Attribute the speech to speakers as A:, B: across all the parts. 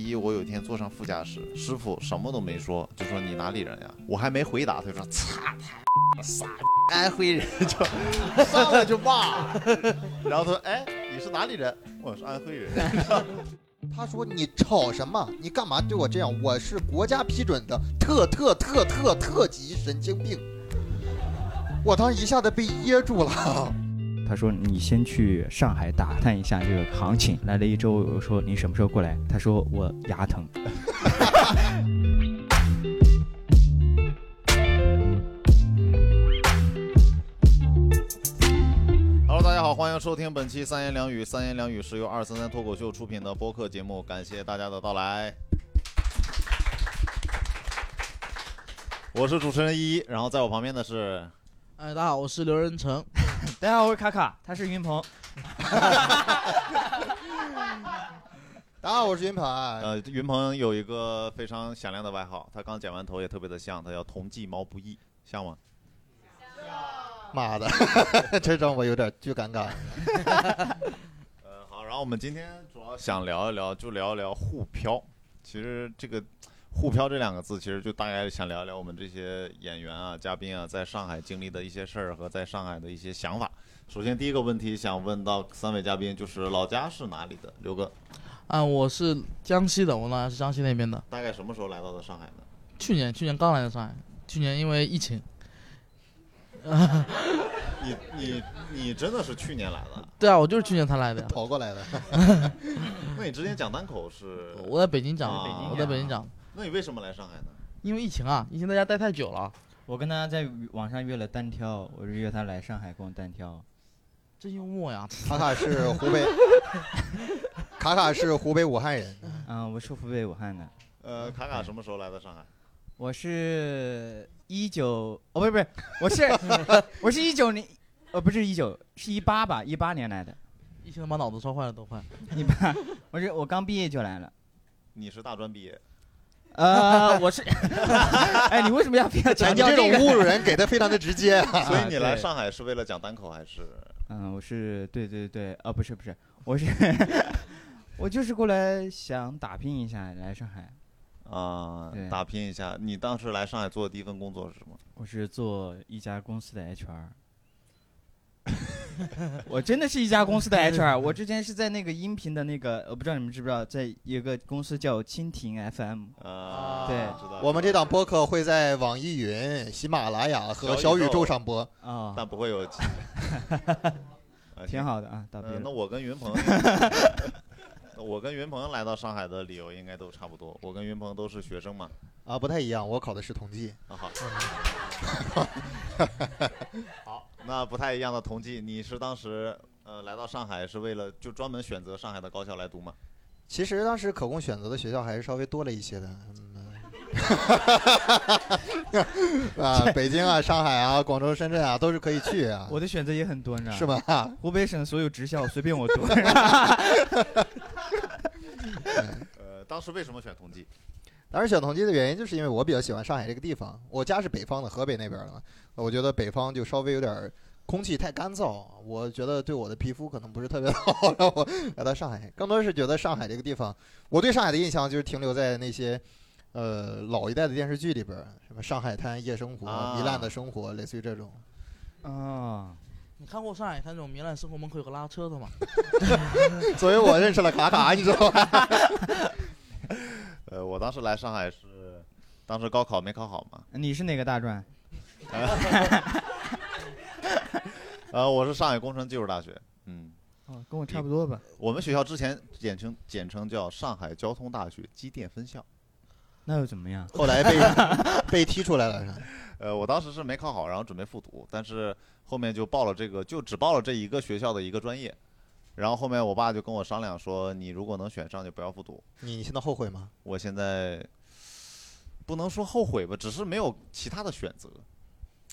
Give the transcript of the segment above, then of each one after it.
A: 一，我有一天坐上副驾驶，师傅什么都没说，就说你哪里人呀？我还没回答，他就说擦他傻逼，安徽人就上来就骂。 然后他说哎，你是哪里人？我是安徽人。
B: 他说你吵什么？你干嘛对我这样？我是国家批准的特特特特特级神经病。我当时一下子被噎住了。
C: 他说你先去上海打探一下这个行情。来了一周，我说你什么时候过来？他说我牙疼。
A: Hello，大家好，欢迎收听本期三言两语。三言两语是由二三三脱口秀出品的播客节目，感谢大家的到来。我是主持人依依，然后在我旁边的是
D: 哎，大家好，我是刘仁成。
C: 大家好，我是卡卡，他是云鹏。
B: 大家好，啊我是云盘。
A: 呃，云鹏有一个非常响亮的外号，他刚剪完头也特别的像，他叫同济毛不易，像吗？
B: 妈的， 这让我有点巨尴尬。
A: 呃，好，然后我们今天主要想聊一聊，就聊一聊沪漂。其实这个“沪漂”这两个字，其实就大概想聊一聊我们这些演员啊、嘉宾啊，在上海经历的一些事儿和在上海的一些想法。首先，第一个问题想问到三位嘉宾，就是老家是哪里的？刘哥，
D: 啊，我是江西的，我老家是江西那边的。
A: 大概什么时候来到的上海呢？
D: 去年，去年刚来的上海，去年因为疫情。
A: 你你你真的是去年来的？
D: 对啊，我就是去年才来的呀。
B: 跑过来的，
A: 那你之前讲单口是？
D: 我在北京讲
A: 在北京
D: 的，
A: 讲
D: 我在北京讲的，
A: 那你为什么来上海呢？
D: 因为疫情啊，疫情在家待太久了。
C: 我跟他在网上约了单挑，我就约他来上海跟我单挑。
D: 真幽默呀！
B: 卡卡是湖北，卡卡是湖北武汉人。
C: 嗯，我是湖北武汉的，
A: 呃，卡卡什么时候来的上海？
C: 我是一九哦，不是不是，我是 我是一九零，呃，不是一九，是一八吧，一八年来的，
D: 疫情他妈脑子烧坏了都快。
C: 一八，我是我刚毕业就来了。
A: 你是大专毕业，
C: 呃，我是， 哎，你为什么要非要强
B: 你
C: 调
B: 这种
C: 个？
B: 侮辱人给的非常的直接。啊
A: 所以你来
C: 对
A: 上海是为了讲单口还是？
C: 嗯，我是对对对，啊，不是不是，我是 我就是过来想打拼一下，来上海，
A: 啊、
C: 对
A: 打拼一下。你当时来上海做的第一份工作是什么？
C: 我是做一家公司的 HR。我真的是一家公司的 HR，我之前是在那个音频的那个，呃我不知道你们知不知道，在有个公司叫蜻蜓 FM，
A: 啊，
C: 对
A: 知道。
B: 我们这档播客会在网易云、喜马拉雅和
A: 小
B: 小
A: 宇宙
B: 宇宙上播。
C: 啊、
A: 但不会有。 啊
C: 挺。好的啊，大
A: 行
C: 别、
A: 呃，那我跟云 鹏，那我跟云鹏来到上海的理由应该都差不多。我跟云鹏都是学生嘛。
B: 啊，不太一样，我考的是统计。
A: 啊好。 好， 那不太一样的同济，你是当时呃来到上海是为了就专门选择上海的高校来读吗？
B: 其实当时可供选择的学校还是稍微多了一些的，嗯，啊，北京啊、上海啊、广州、深圳啊，都是可以去啊，
C: 我的选择也很多，你知道
B: 是？吧？
C: 湖北省所有职校随便 我读，
A: 呃，当时为什么选同济？
B: 当时选统计的原因，就是因为我比较喜欢上海这个地方，我家是北方的，河北那边的嘛，我觉得北方就稍微有点儿空气太干燥，我觉得对我的皮肤可能不是特别 好，让我来到上海，更多是觉得上海这个地方，我对上海的印象就是停留在那些。呃，老一代的电视剧里边儿，什么《上海滩》《夜生活》
A: 啊
B: 糜烂的生活》，类似于这种。
C: 啊、
D: 你看过上海滩那种糜烂生活门口有个拉车的吗？
B: 所以我认识了卡卡，你知道吧？
A: 呃，我当时来上海是，当时高考没考好嘛，
C: 你是哪个大专？
A: 呃，我是上海工程技术大学，嗯，
C: 哦，跟我差不多吧。
A: 我们学校之前简称简称叫上海交通大学机电分校，
C: 那又怎么样？
B: 后来被被踢出来了，是吧
A: 呃，我当时是没考好，然后准备复读，但是后面就报了这个，就只报了这一个学校的一个专业，然后后面我爸就跟我商量说，你如果能选上就不要复读，
B: 你你现在后悔吗？
A: 我现在不能说后悔吧，只是没有其他的选择，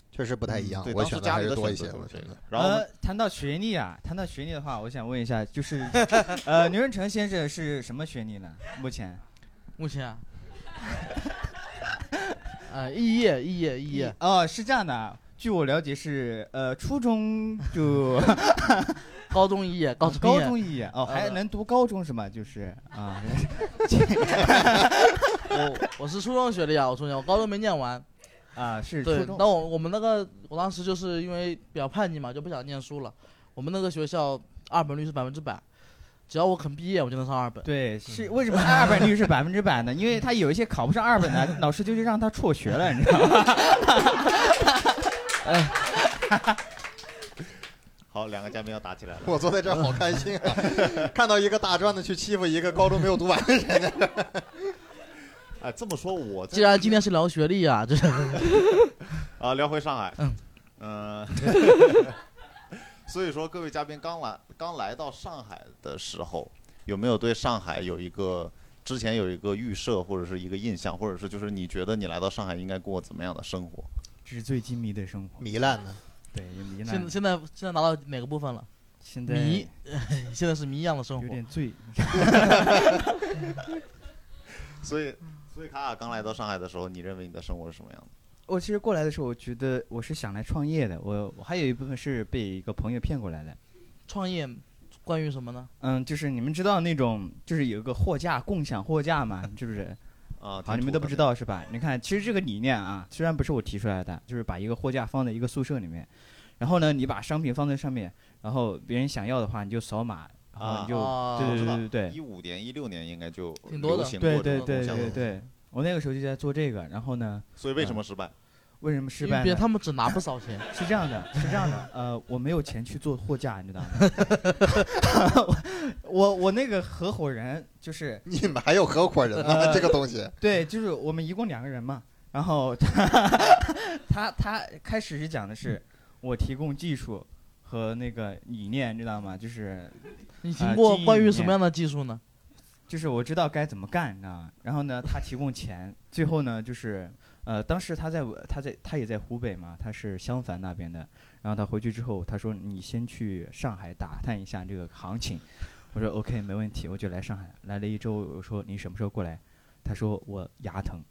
B: 确实不太一样
A: 嗯对，，
B: 啊我
A: 当时
B: 选的
A: 家
B: 还
A: 里
B: 是
A: 的
B: 多一
A: 选
B: 些
A: 择。就是
B: 我觉
A: 这
B: 得
A: 个，然后我们
C: 呃，谈到学历啊，谈到学历的话，我想问一下，就是 呃，牛润成先生是什么学历呢？目前
D: 目前啊。 哎，肄业，肄业，肄业。，
C: 哦，是这样的啊，据我了解是呃，初中就
D: 高中一， 高中
C: 高
D: 一，
C: 中一哦，还
D: 呃
C: 能读高中是吗？就是啊，
D: 我我是初中学的呀，我初中我高中没念完。
C: 啊是初
D: 对，
C: 中
D: 那我我们那个我当时就是因为比较叛逆嘛，就不想念书了。我们那个学校二本率是百分之百，只要我肯毕业，我就能上二本。
C: 对，
D: 嗯
C: 是为什么二本率是百分之百呢？因为他有一些考不上二本 的，老师就是让他辍学了，你知道吗？
A: 好，两个嘉宾要打起来了。
B: 我坐在这儿好开心啊！看到一个大专的去欺负一个高中没有读完的人，
A: 哎，这么说我在
D: 既然今天是聊学历啊，这是
A: 啊，聊回上海，
D: 嗯
A: 呃， 所以说各位嘉宾刚来刚来到上海的时候，有没有对上海有一个之前有一个预设或者是一个印象，或者是就是你觉得你来到上海应该过怎么样的生活？
C: 纸醉金迷的生活，
B: 糜烂呢？
C: 对，也糜烂
D: 现
C: 了。
D: 现在现在拿到哪个部分了？
C: 现在
D: 迷， 现在是迷一样的生
C: 有
D: 活。
C: 点醉，
A: 所以，所以卡卡刚来到上海的时候，你认为你的生活是什么样的？
C: 我其实过来的时候，我觉得我是想来创业的，我我还有一部分是被一个朋友骗过来的。
D: 创业关于什么呢？
C: 嗯，就是你们知道那种，就是有一个货架共享货架 嘛，是不是？
A: 啊，
C: 好，
A: 挺
C: 你
A: 土
C: 们都不
A: 的
C: 知道是吧？你看，其实这个理念啊，虽然不是我提出来的，就是把一个货架放在一个宿舍里面，然后呢，你把商品放在上面，然后别人想要的话，你就扫码，然后你就、
D: 啊
C: 对
A: 我知
C: 对
A: 道
C: 对对
A: 一五年、一六年应该就
D: 挺多的
A: 流行过
C: 对
A: 这
C: 对
A: 种东西
C: 对对嗯
A: 了
C: 对，我那个时候就在做这个，然后呢，
A: 所以为什么失败？
C: 为什么失
D: 因为
C: 败
D: 别
C: 呢？
D: 他们只拿不 少钱，
C: 是这样的，是这样的，呃，我没有钱去做货架，你知道吗？ 我我那个合伙人就是
B: 你们还有合伙人呢？
C: 呃
B: 这个东西，
C: 对，就是我们一共两个人嘛。然后他 他他开始是讲的是我提供技术和那个理念，你知道吗？就是
D: 你听
C: 啊
D: 过
C: 经营
D: 关于
C: 理
D: 什么
C: 念
D: 样的技术 呢？
C: 就是我知道该怎么干，你知道吗？然后呢，他提供钱， 最后呢就是呃，当时他在我他在他也在湖北嘛，他是襄樊那边的。然后他回去之后，他说你先去上海打探一下这个行情。我说 OK，没问题，我就来上海，来了一周。我说你什么时候过来？他说我牙疼。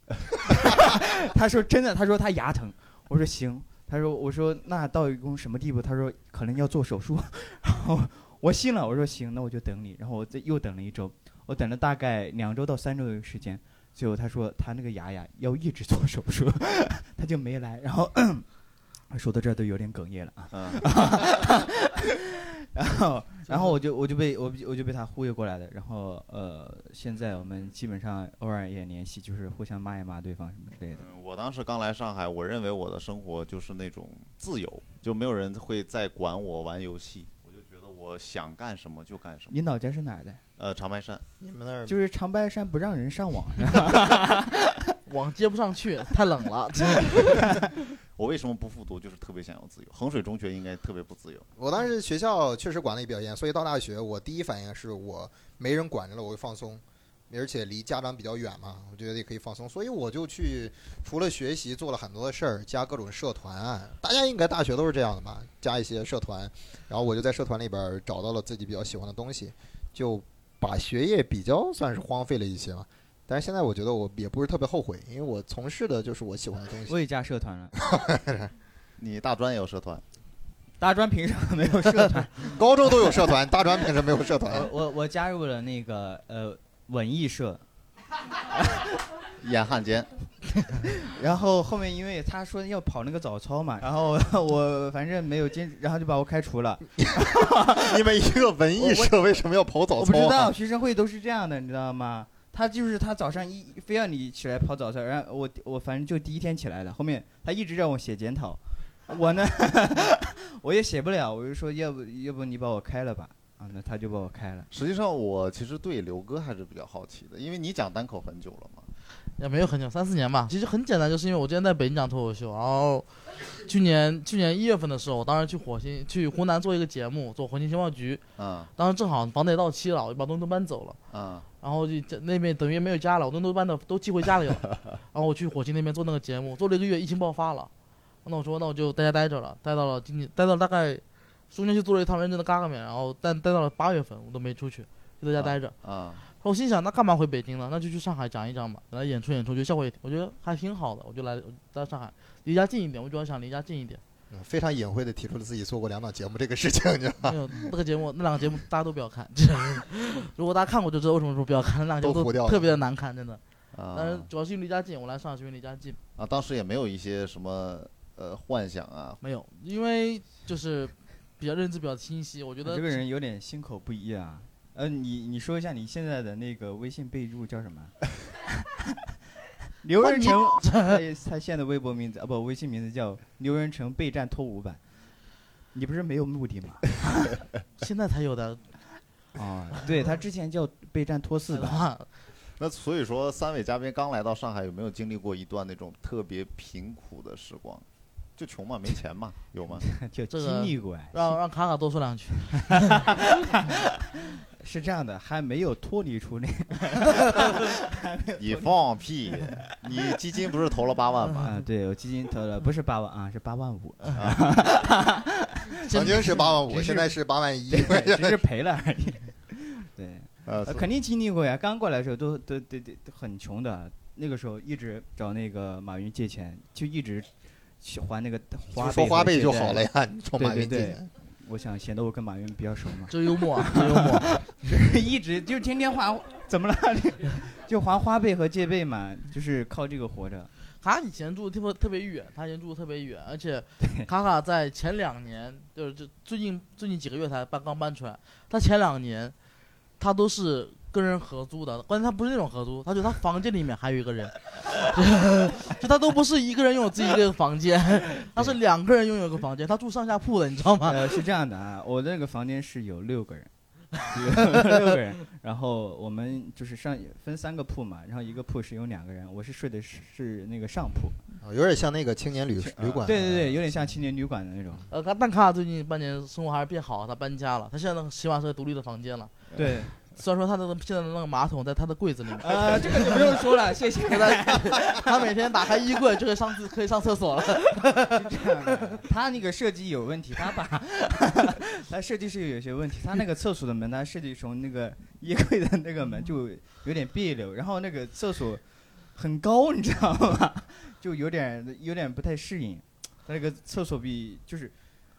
C: 他说真的，他说他牙疼。我说行。他说我说那到一共什么地步？他说可能要做手术。然后我信了，我说行，那我就等你。然后我再又等了一周，我等了大概两周到三周的时间。最后他说他那个牙呀要一直做手术， 他就没来。然后 说到这儿都有点哽咽了啊。
A: 嗯，
C: 然后然后我就我就被我我就被他忽悠过来的。然后呃，现在我们基本上偶尔也联系，就是互相骂一骂对方什么之类的。
A: 嗯，我当时刚来上海，我认为我的生活就是那种自由，就没有人会再管我玩游戏，我就觉得我想干什么就干什么。
C: 你老家是哪儿的？
A: 呃，长白山，
B: 你们那儿
C: 就是长白山不让人上网。
D: 网接不上去，太冷了。
A: 我为什么不复读？就是特别想要自由。衡水中学应该特别不自由。
B: 我当时学校确实管的也比较严，所以到大学我第一反应是我没人管着了，我会放松，而且离家长比较远嘛，我觉得也可以放松，所以我就去除了学习做了很多的事儿，加各种社团啊，大家应该大学都是这样的吧，加一些社团，然后我就在社团里边儿找到了自己比较喜欢的东西，就把学业比较算是荒废了一些嘛。但是现在我觉得我也不是特别后悔，因为我从事的就是我喜欢的东西。
C: 我也加社团了，
A: 你大专也有社团，
C: 大专凭什么没有社团？
B: 高中都有社团，大专凭什么没有社团
C: 我？我我加入了那个呃文艺社，
A: 眼汉奸。
C: 然后后面因为他说要跑那个早操嘛，然后 我反正没有坚持，然后就把我开除了。
B: 你们一个文艺社为什么要跑早
C: 我
B: 操
C: 不
B: 啊、
C: 知道学生会都是这样的，你知道吗？他就是他早上一非要你起来跑早操，然后我我反正就第一天起来了，后面他一直让我写检讨，我呢 我也写不了，我就说要不要不你把我开了吧，啊那他就把我开了。
A: 实际上，我其实对刘哥还是比较好奇的，因为你讲单口很久了嘛。
D: 也没有很久，三四年吧。其实很简单，就是因为我之前在北京讲脱口秀，然后去年去年一月份的时候，我当时去火星去湖南做一个节目，做火星情报局，
A: 啊
D: 当时正好房子也到期了，我就把东西都搬走了，
A: 啊
D: 然后就在那边等于没有家了，我东西都搬的都寄回家里了，然后我去火星那边做那个节目，做了一个月，疫情爆发了，那我说那我就在家待着了，待到了今年，待到大概中间去做了一趟认真的嘎嘎面，然后待待到了八月份，我都没出去，就在家待着。
A: 啊！
D: 我心想，那干嘛回北京呢？那就去上海讲一讲吧，来演出演出，觉得效果也，我觉得还挺好的，我就来到上海，离家近一点，我主要想离家近一点，
B: 嗯非常隐晦的提出了自己做过两档节目这个事情，你知道吗
D: 没有那个节目，那两个节目大家都不要看。 真的如果大家看过就知道为什么说不要看，那两个节
B: 都糊
D: 目
B: 掉
D: 都
B: 了
D: 特别的难看，真的。
A: 啊
D: 但是主要是因为离家近，我来上海是因为离家近，
A: 啊，当时也没有一些什么呃幻想啊，
D: 没有，因为就是比较认知比较清晰，我觉
C: 你
D: 得
C: 啊这个人有点心口不一啊。呃，你你说一下你现在的那个微信备注叫什么？ 刘仁成，他他现在的微博名字啊不，微信名字叫刘仁成备战脱五版。你不是没有目的吗？
D: 现在才有的，
C: 啊、对他之前叫备战脱四版，
D: 吧？
A: 那所以说三位嘉宾刚来到上海，有没有经历过一段那种特别贫苦的时光？就穷嘛，没钱嘛，有吗？
C: 叫
D: 这个
C: 经历过呀。
D: 让让卡卡多说两句。
C: 是这样的，还没有脱离出那
A: 你放屁！你基金不是投了八万吗？
C: 啊，对我基金投了不是八万啊，是八万五，
B: 曾经是八万
C: 真
B: 五，
C: 是
B: 现在是八万一。
C: 对只是赔了而已。 对，
A: 呃
C: 呃，肯定经历过呀。刚过来的时候都都都都都很穷的，啊那个时候一直找那个马云借钱，就一直去还那个花呗。
B: 说花呗就好了。呀，你说马云
C: 对对
B: 进去
C: 我想显得我跟马云比较熟嘛，
D: 真幽默，啊，真幽默。
C: 一直就天天还，怎么了？ 就还花呗和借呗嘛，就是靠这个活着。
D: 卡以前住的地方特别远，他以前住的特别远，而且卡卡在前两年，就是就最近最近几个月才搬刚搬出来。他前两年，他都是跟人合租的，关键他不是那种合租，他就他房间里面还有一个人，就他都不是一个人拥有自己一个房间，他是两个人拥有一个房间，他住上下铺的，你知道吗？
C: 呃，是这样的啊，我那个房间是有六个人， 有六个人，然后我们就是上分三个铺嘛，然后一个铺是有两个人，我是睡的是是那个上铺，
B: 啊有点像那个青年旅旅馆。
C: 啊对对对，有点像青年旅馆的那种。
D: 呃，卡但卡卡最近半年生活还是变好，他搬家了，他现在那个起码是个独立的房间了。
C: 对，
D: 虽然说他那个现在的那个马桶在他的柜子里面，
C: 呃，这个就不用说了，谢谢。
D: 他每天打开衣柜就可以上厕可以上厕所了。
C: 他那个设计有问题，他把 他设计是有些问题，他那个厕所的门，他设计从那个衣柜的那个门就有点别扭，然后那个厕所很高，你知道吗？ 就有点有点不太适应。他那个厕所比就是，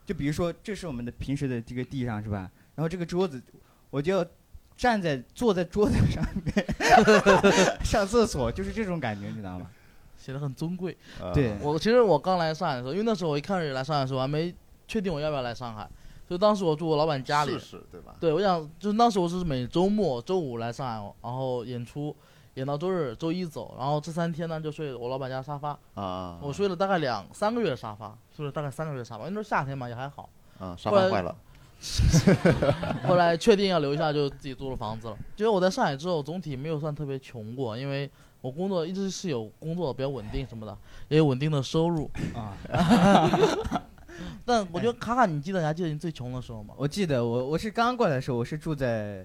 C: 就比如说这是我们的平时的这个地上是吧？然后这个桌子，我就要站在坐在桌子上面 上厕所，就是这种感觉，你知道吗？
D: 显得很尊贵。
A: 呃
C: 对
D: 我其实我刚来上海的时候，因为那时候我一开始来上海的时候，我还没确定我要不要来上海，所以当时我住我老板家里。
A: 试试对吧？
D: 对，我想就是当时我是每周末周五来上海，然后演出，演到周日、周一走，然后这三天呢就睡我老板家沙发，
A: 啊，
D: 我睡了大概两三个月的沙发，睡了大概三个月的沙发，因为那时候夏天嘛也还 好。
A: 啊，沙发
D: 我
A: 坏了，
D: 后来确定要留下，就自己租了房子了。觉得我在上海之后，总体没有算特别穷过，因为我工作一直是有工作比较稳定什么的，也有稳定的收入。
C: 啊，
D: 但我觉得卡卡，你记得你还记得你最穷的时候吗？
E: 我记得我我是刚过来的时候，我是住在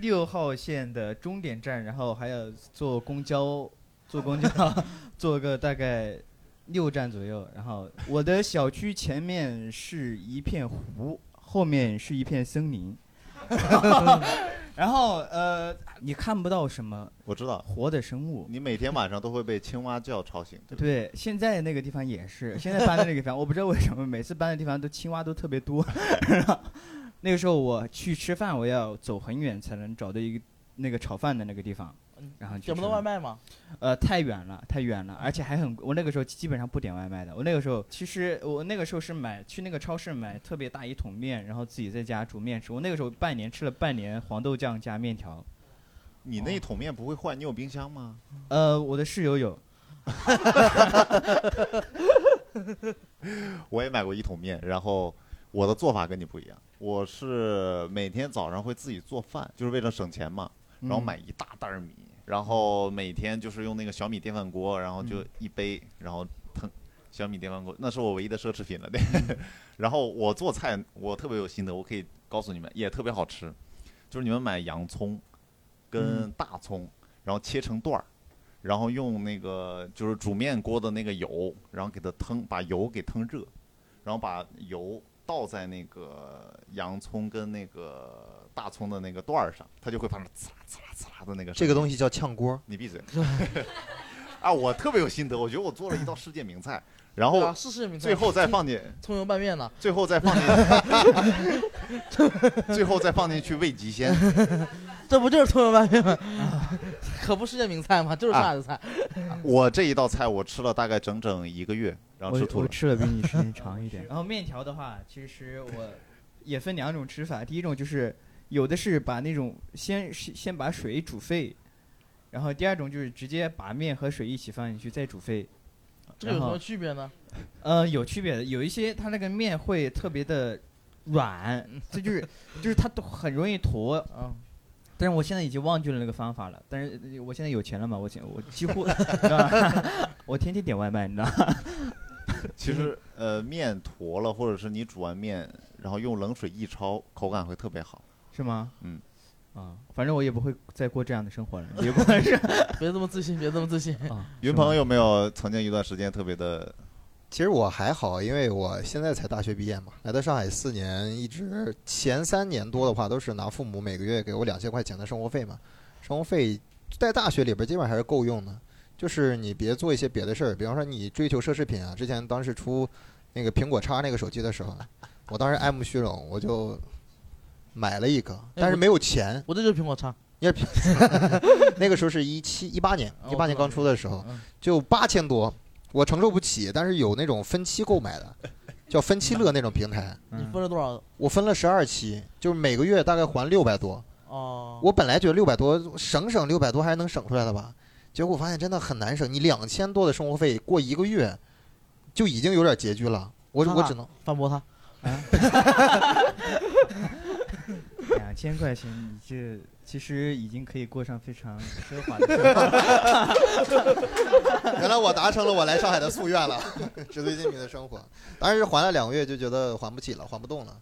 E: 六号线的终点站，然后还要坐公交，坐公交 坐个大概六站左右。然后我的小区前面是一片湖，后面是一片森林。 然后呃，你看不到什么
A: 我知道。
E: 活的生物。
A: 你每天晚上都会被青蛙叫吵醒，对不对？
E: 对，现在那个地方也是，现在搬的那个地方，我不知道为什么每次搬的地方都青蛙都特别多。然后那个时候我去吃饭，我要走很远才能找到一个那个炒饭的那个地方，然后去
D: 嗯点不到
E: 吃
D: 外卖吗？
E: 呃，太远了，太远了，而且还很，我那个时候基本上不点外卖的。我那个时候其实我那个时候是买去那个超市买特别大一桶面，然后自己在家煮面吃。我那个时候半年吃了半年黄豆酱加面条。
A: 你那一桶面不会坏，你有冰箱吗？
E: 呃，我的室友有，
A: 我也买过一桶面，然后我的做法跟你不一样，我是每天早上会自己做饭，就是为了省钱嘛，然后
E: 嗯
A: 买一大袋儿米，然后每天就是用那个小米电饭锅，然后就一杯，然后腾小米电饭锅，那是我唯一的奢侈品了。对， 然后我做菜我特别有心得，我可以告诉你们，也特别好吃，就是你们买洋葱跟大葱，然后切成段儿。然后用那个就是煮面锅的那个油，然后给它腾，把油给腾热，然后把油倒在那个洋葱跟那个大葱的那个段儿上，它就会发出呲啦呲啦呲啦的那个。
B: 这个东
A: 西，
B: 西叫炝锅，
A: 你闭嘴。啊，我特别有心得，我觉得我做了一道世界名菜，然
D: 对啊
A: 后
D: 是是名菜，
A: 最后再放进，
D: 葱油拌面呢，
A: 最后再放进， 最后再放进去味极鲜。
D: 这不就是葱油拌面吗？可不是件名菜吗？就是
A: 啊
D: 上海的菜。
A: 我这一道菜我吃了大概整整一个月，然后吃
F: 我
A: 吐
F: 我
A: 了。
F: 吃的比你时间长一点。
C: 然后面条的话，其实我也分两种吃法，第一种就是有的是把那种先是先把水煮沸，然后第二种就是直接把面和水一起放进去再煮沸。
D: 啊这个有
C: 然
D: 什
C: 后
D: 么区别呢？
C: 呃，有区别的，有一些它那个面会特别的软，这就是就是它都很容易坨，
D: 啊，
C: 但是我现在已经忘记了那个方法了。但是呃我现在有钱了嘛，我现我几 乎，你知道吧 我天天点外卖，你知道吧？
A: 其实呃，面坨了，或者是你煮完面，然后用冷水一焯，口感会特别好。
C: 是吗？
A: 嗯。
C: 啊，反正我也不会再过这样的生活了。也 不会是
D: 别这么自信，别这么自信。
C: 啊，
A: 云
C: 是
A: 鹏
C: 吗
A: 有没有曾经一段时间特别的
B: 其实我还好，因为我现在才大学毕业嘛，来到上海四年，一直前三年多的话都是拿父母每个月给我两千块钱的生活费嘛，生活费在大学里边基本上还是够用的。就是你别做一些别的事儿，比方说你追求奢侈品啊。之前当时出那个苹果叉那个手机的时候，我当时爱慕虚荣，我就买了一个，但是没有钱。
D: 哎我这就是苹果叉，
B: 因为那个时候是一七一八年，
D: 哦
B: 一八年刚出的时候，
D: 嗯
B: 就八千多，我承受不起。但是有那种分期购买的，叫分期乐那种平台，
D: 你
C: 嗯
D: 分了多少？
B: 我分了十二期，就是每个月大概还六百多。
D: 哦，
B: 我本来觉得六百多省省六百多还是能省出来的吧，结果我发现真的很难省。你两千多的生活费过一个月，就已经有点拮据了。我
D: 啊
B: 我只能
D: 反驳他，
C: 两哎千块钱，你这其实已经可以过上非常奢华的 生活。
B: 原来我达成了我来上海的夙愿了，纸醉金迷的生活。当时还了两个月，就觉得还不起了，还不动了，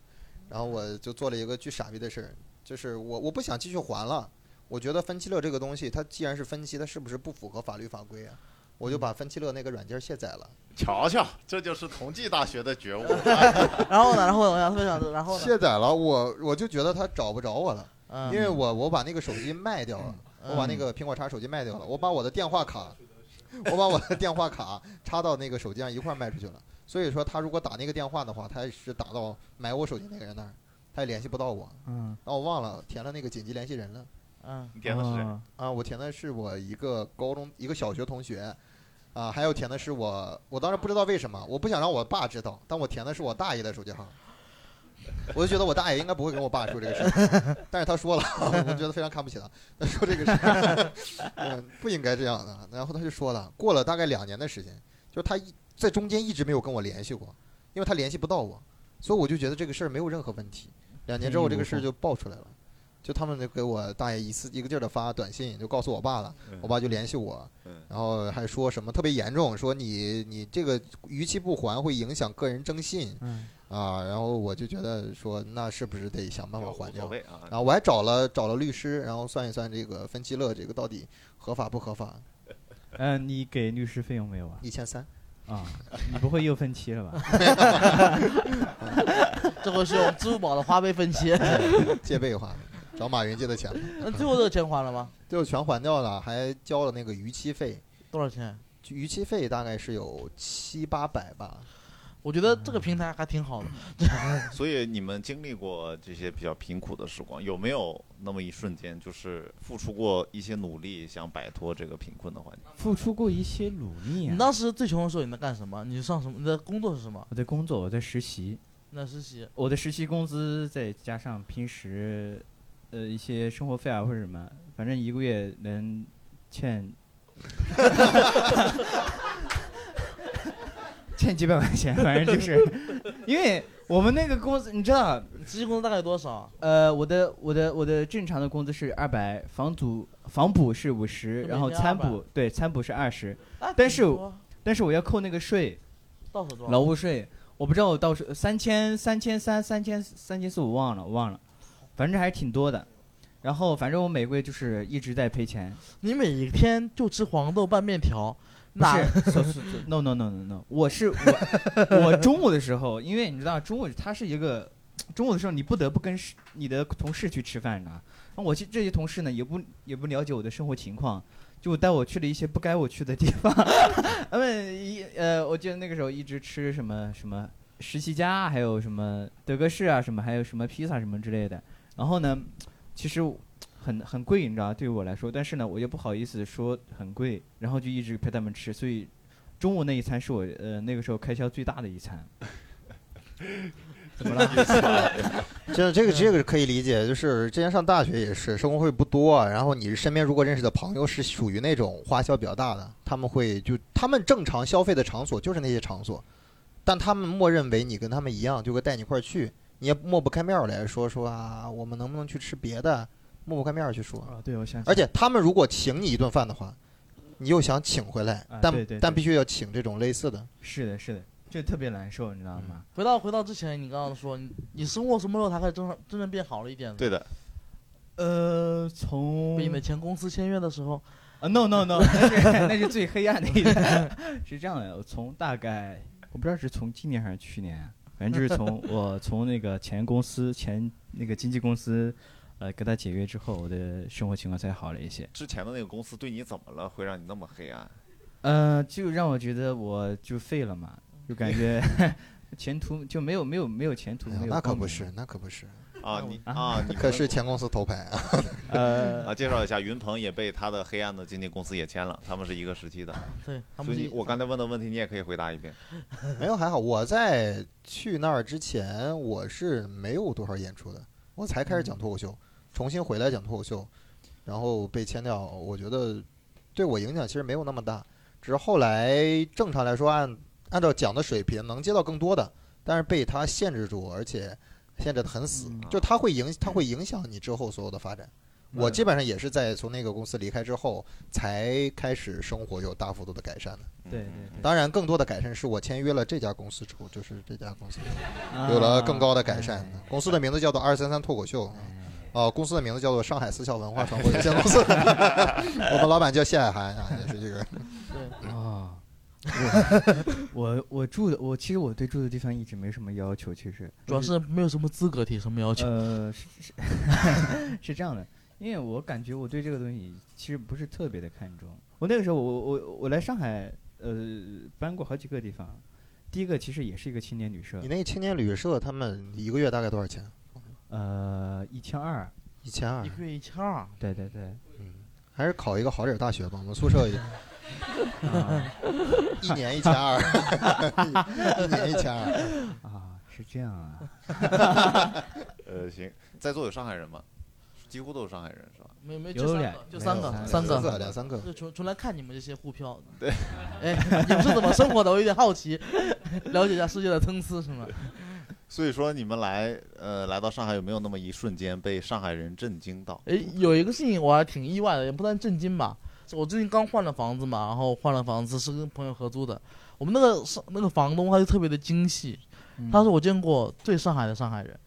B: 然后我就做了一个巨傻逼的事儿，就是我我不想继续还了。我觉得分期乐这个东西，它既然是分期，它是不是不符合法律法规啊？我
D: 嗯
B: 就把分期乐那个软件卸载了。
A: 瞧瞧，这就是同济大学的觉 悟。
D: 然后呢？然后呢？我想特别想，然后呢？
B: 卸载了，我我就觉得它找不着我了，
D: 嗯
B: 因为我我把那个手机卖掉了，我把
D: 嗯
B: 那个苹果叉手机卖掉了，我把我的电话卡，我把我的电话卡插到那个手机上一块儿卖出去了。所以说，他如果打那个电话的话，他是打到买我手机那个人那儿，他也联系不到我。
C: 嗯，
B: 然后我忘了填了那个紧急联系人了
D: 嗯，
A: 你点的是谁？
C: 哦
B: 啊，我填的是我一个高中一个小学同学。啊，还有填的是我，我当时不知道为什么，我不想让我爸知道，但我填的是我大爷的手机号，我就觉得我大爷应该不会跟我爸说这个事儿，但是他说了，我觉得非常看不起他，他说这个事儿，嗯，不应该这样的。然后他就说了，过了大概两年的时间，就是他一在中间一直没有跟我联系过，因为他联系不到我，所以我就觉得这个事儿没有任何问题。两年之后，这个事儿就爆出来了，就他们就给我大爷一次一个劲儿的发短信，就告诉我爸了，我爸就联系我
A: 嗯，
B: 然后还说什么特别严重，说你你这个逾期不还会影响个人征信
C: 嗯，
B: 啊。然后我就觉得说，那是不是得想办法还
A: 无所
B: 掉？
A: 谓啊
B: 然。后我还找了找了律师，然后算一算这个分期乐这个到底合法不合法？
C: 呃，你给律师费用没有啊？
B: 一千三，
C: 啊，你不会又分期了吧？
D: 这回是用支付宝的花呗分期，
B: 借呗花，找马云借的钱，
D: 那最后这个钱还了吗？
B: 最后全还掉了，还交了那个逾期费，
D: 多少钱？
B: 逾期费大概是有七八百吧。
D: 我觉得这个平台还挺好的。
A: 所以你们经历过这些比较贫苦的时光，有没有那么一瞬间，就是付出过一些努力，想摆脱这个贫困的环境？
C: 付出过一些努力
D: 你
C: 啊。
D: 当时最穷的时候你在干什么？你上什么？你的工作是什么？
C: 我在工作，我在实习，
D: 你在实习？
C: 我的实习工资再加上平时，呃，一些生活费啊或者什么，反正一个月能欠欠几百块钱，反正就是，因为我们那个工资，你知道，
D: 你实习工资大概有多少？
C: 呃，我的我的我的正常的工资是二百，房租房补是五十，
D: 就
C: 然后
D: 每天
C: 餐
D: 200
C: 补对餐补是二十，
D: 啊
C: 但是
D: 挺多
C: 但是我要扣那个税，
D: 到手多
C: 劳
D: 少？
C: 务税，我不知道我到时候三千、三千三、三千、三千四，我忘了，我忘了，反正还挺多的。然后反正我每个月就是一直在赔钱，
D: 你每天就吃黄豆拌面条，
C: 不
D: 哪
C: 是 so- so- no no no no no，我是我我中午的时候，因为你知道中午它是一个中午的时候你不得不跟是你的同事去吃饭的，然后我这这些同事呢也不也不了解我的生活情况，就带我去了一些不该我去的地方。 他们一呃，我记得那个时候一直吃什么什么十七家，啊还有什么德克士啊，什么还有什么披萨什么之类的。然后呢，其实很很贵，你知道吧，对于我来说，但是呢，我又不好意思说很贵，然后就一直陪他们吃，所以中午那一餐是我呃那个时候开销最大的一餐。怎么了？
B: 真的，
C: 嗯
B: 这个这个是可以理解。就是之前上大学也是，生活会不多啊，然后你身边如果认识的朋友是属于那种花销比较大的，他们会就他们正常消费的场所就是那些场所，但他们默认为你跟他们一样，就会带你一块儿去，你也抹不开面儿来说说啊，我们能不能去吃别的，抹不开面儿去说。
C: 啊，对，我想起来了，
B: 而且他们如果请你一顿饭的话，你又想请回来
C: 啊，
B: 但
C: 对对
B: 但
C: 对
B: 必须要请这种类似的。
C: 是的，是的，这特别难受，你知道吗？
D: 回到回到之前，你刚刚说你你生活什么时候才开始真正真正变好了一点呢？
A: 对的，
B: 嗯
C: 呃，从
D: 被你的前公司签约的时候，
C: 啊，no no no，那 是那是最黑暗的一代。 是这样的，我从大概我不知道是从今年还是去年啊，反正就是 从我从那个前公司前那个经纪公司，呃，跟他解约之后，我的生活情况才好了一些。
A: 之前的那个公司对你怎么了，会让你那么黑暗？
C: 呃，就让我觉得我就废了嘛，就感觉 前途就没有没有没有前途，
B: 哎呀
C: 没有
B: 那可
C: 光
B: 不
C: 明
B: 是，那可不是，
A: 啊，
D: 那我
A: 你啊，你
B: 可
A: 们
B: 是前公司头牌啊。
C: 呃，
A: 啊，介绍一下，云鹏也被他的黑暗的经纪公司也签了，他们是一个时期的。
D: 对他
A: 所
D: 们
A: 以
D: 是
A: 你我刚才问的问题，你也可以回答一遍。
B: 没有还好，我在去那儿之前我是没有多少演出的，我才开始讲脱口秀，重新回来讲脱口秀，然后被签掉，我觉得对我影响其实没有那么大，只是后来正常来说按按照讲的水平能接到更多的，但是被他限制住，而且限制的很死，就他会影他会影响你之后所有的发展。
C: 嗯
B: 我基本上也是在从那个公司离开之后，才开始生活有大幅度的改善的。
C: 对对
A: 嗯
C: 对
B: 当然，更多的改善是我签约了这家公司之后，就是这家公司
C: 啊
B: 有了更高的改善
D: 嗯
C: 哎。
B: 公司的名字叫做二三三脱口秀，哦、公司的名字叫做上海四校文化传播有限公司。 我们老板叫谢海涵啊，也是这个。
C: 啊，我 我我住的我其实我对住的地方一直没什么要求，其实
D: 主要是没有什么资格提什么要求。
C: 呃是是 是这样的，因为我感觉我对这个东西其实不是特别的看重。我那个时候我我我来上海呃搬过好几个地方，第一个其实也是一个青年旅社
B: 你，那个青年旅社他们一个月大概多少钱？
C: 呃一千二，
B: 一千二嗯
D: 一。个月一啊千二，
C: 对对对，
B: 还是考一个好点儿大学吧。我们宿舍 也
C: 啊
B: 一年一千二，一年一千二。
C: 啊是这样啊，
A: 呃，行，在座有上海人吗？几乎都是上海人是吧？
D: 没没就
C: 有
D: 三
C: 点
D: 个，就三
B: 没
D: 个，
B: 有
D: 三
B: 两
D: 个。
B: 个，两三个。
D: 就纯纯来看你们这些沪漂，对，哎，你们是怎么生活的？我有点好奇， 了解一下世界的参差，是吗？
A: 所以说你们来呃来到上海有没有那么一瞬间被上海人震惊到？
D: 哎，有一个事情我还挺意外的，也不算震惊吧。是我最近刚换了房子嘛，然后换了房子是跟朋友合租的。我们那个上那个房东他就特别的精细，
C: 嗯
D: 嗯他是我见过最上海的上海人。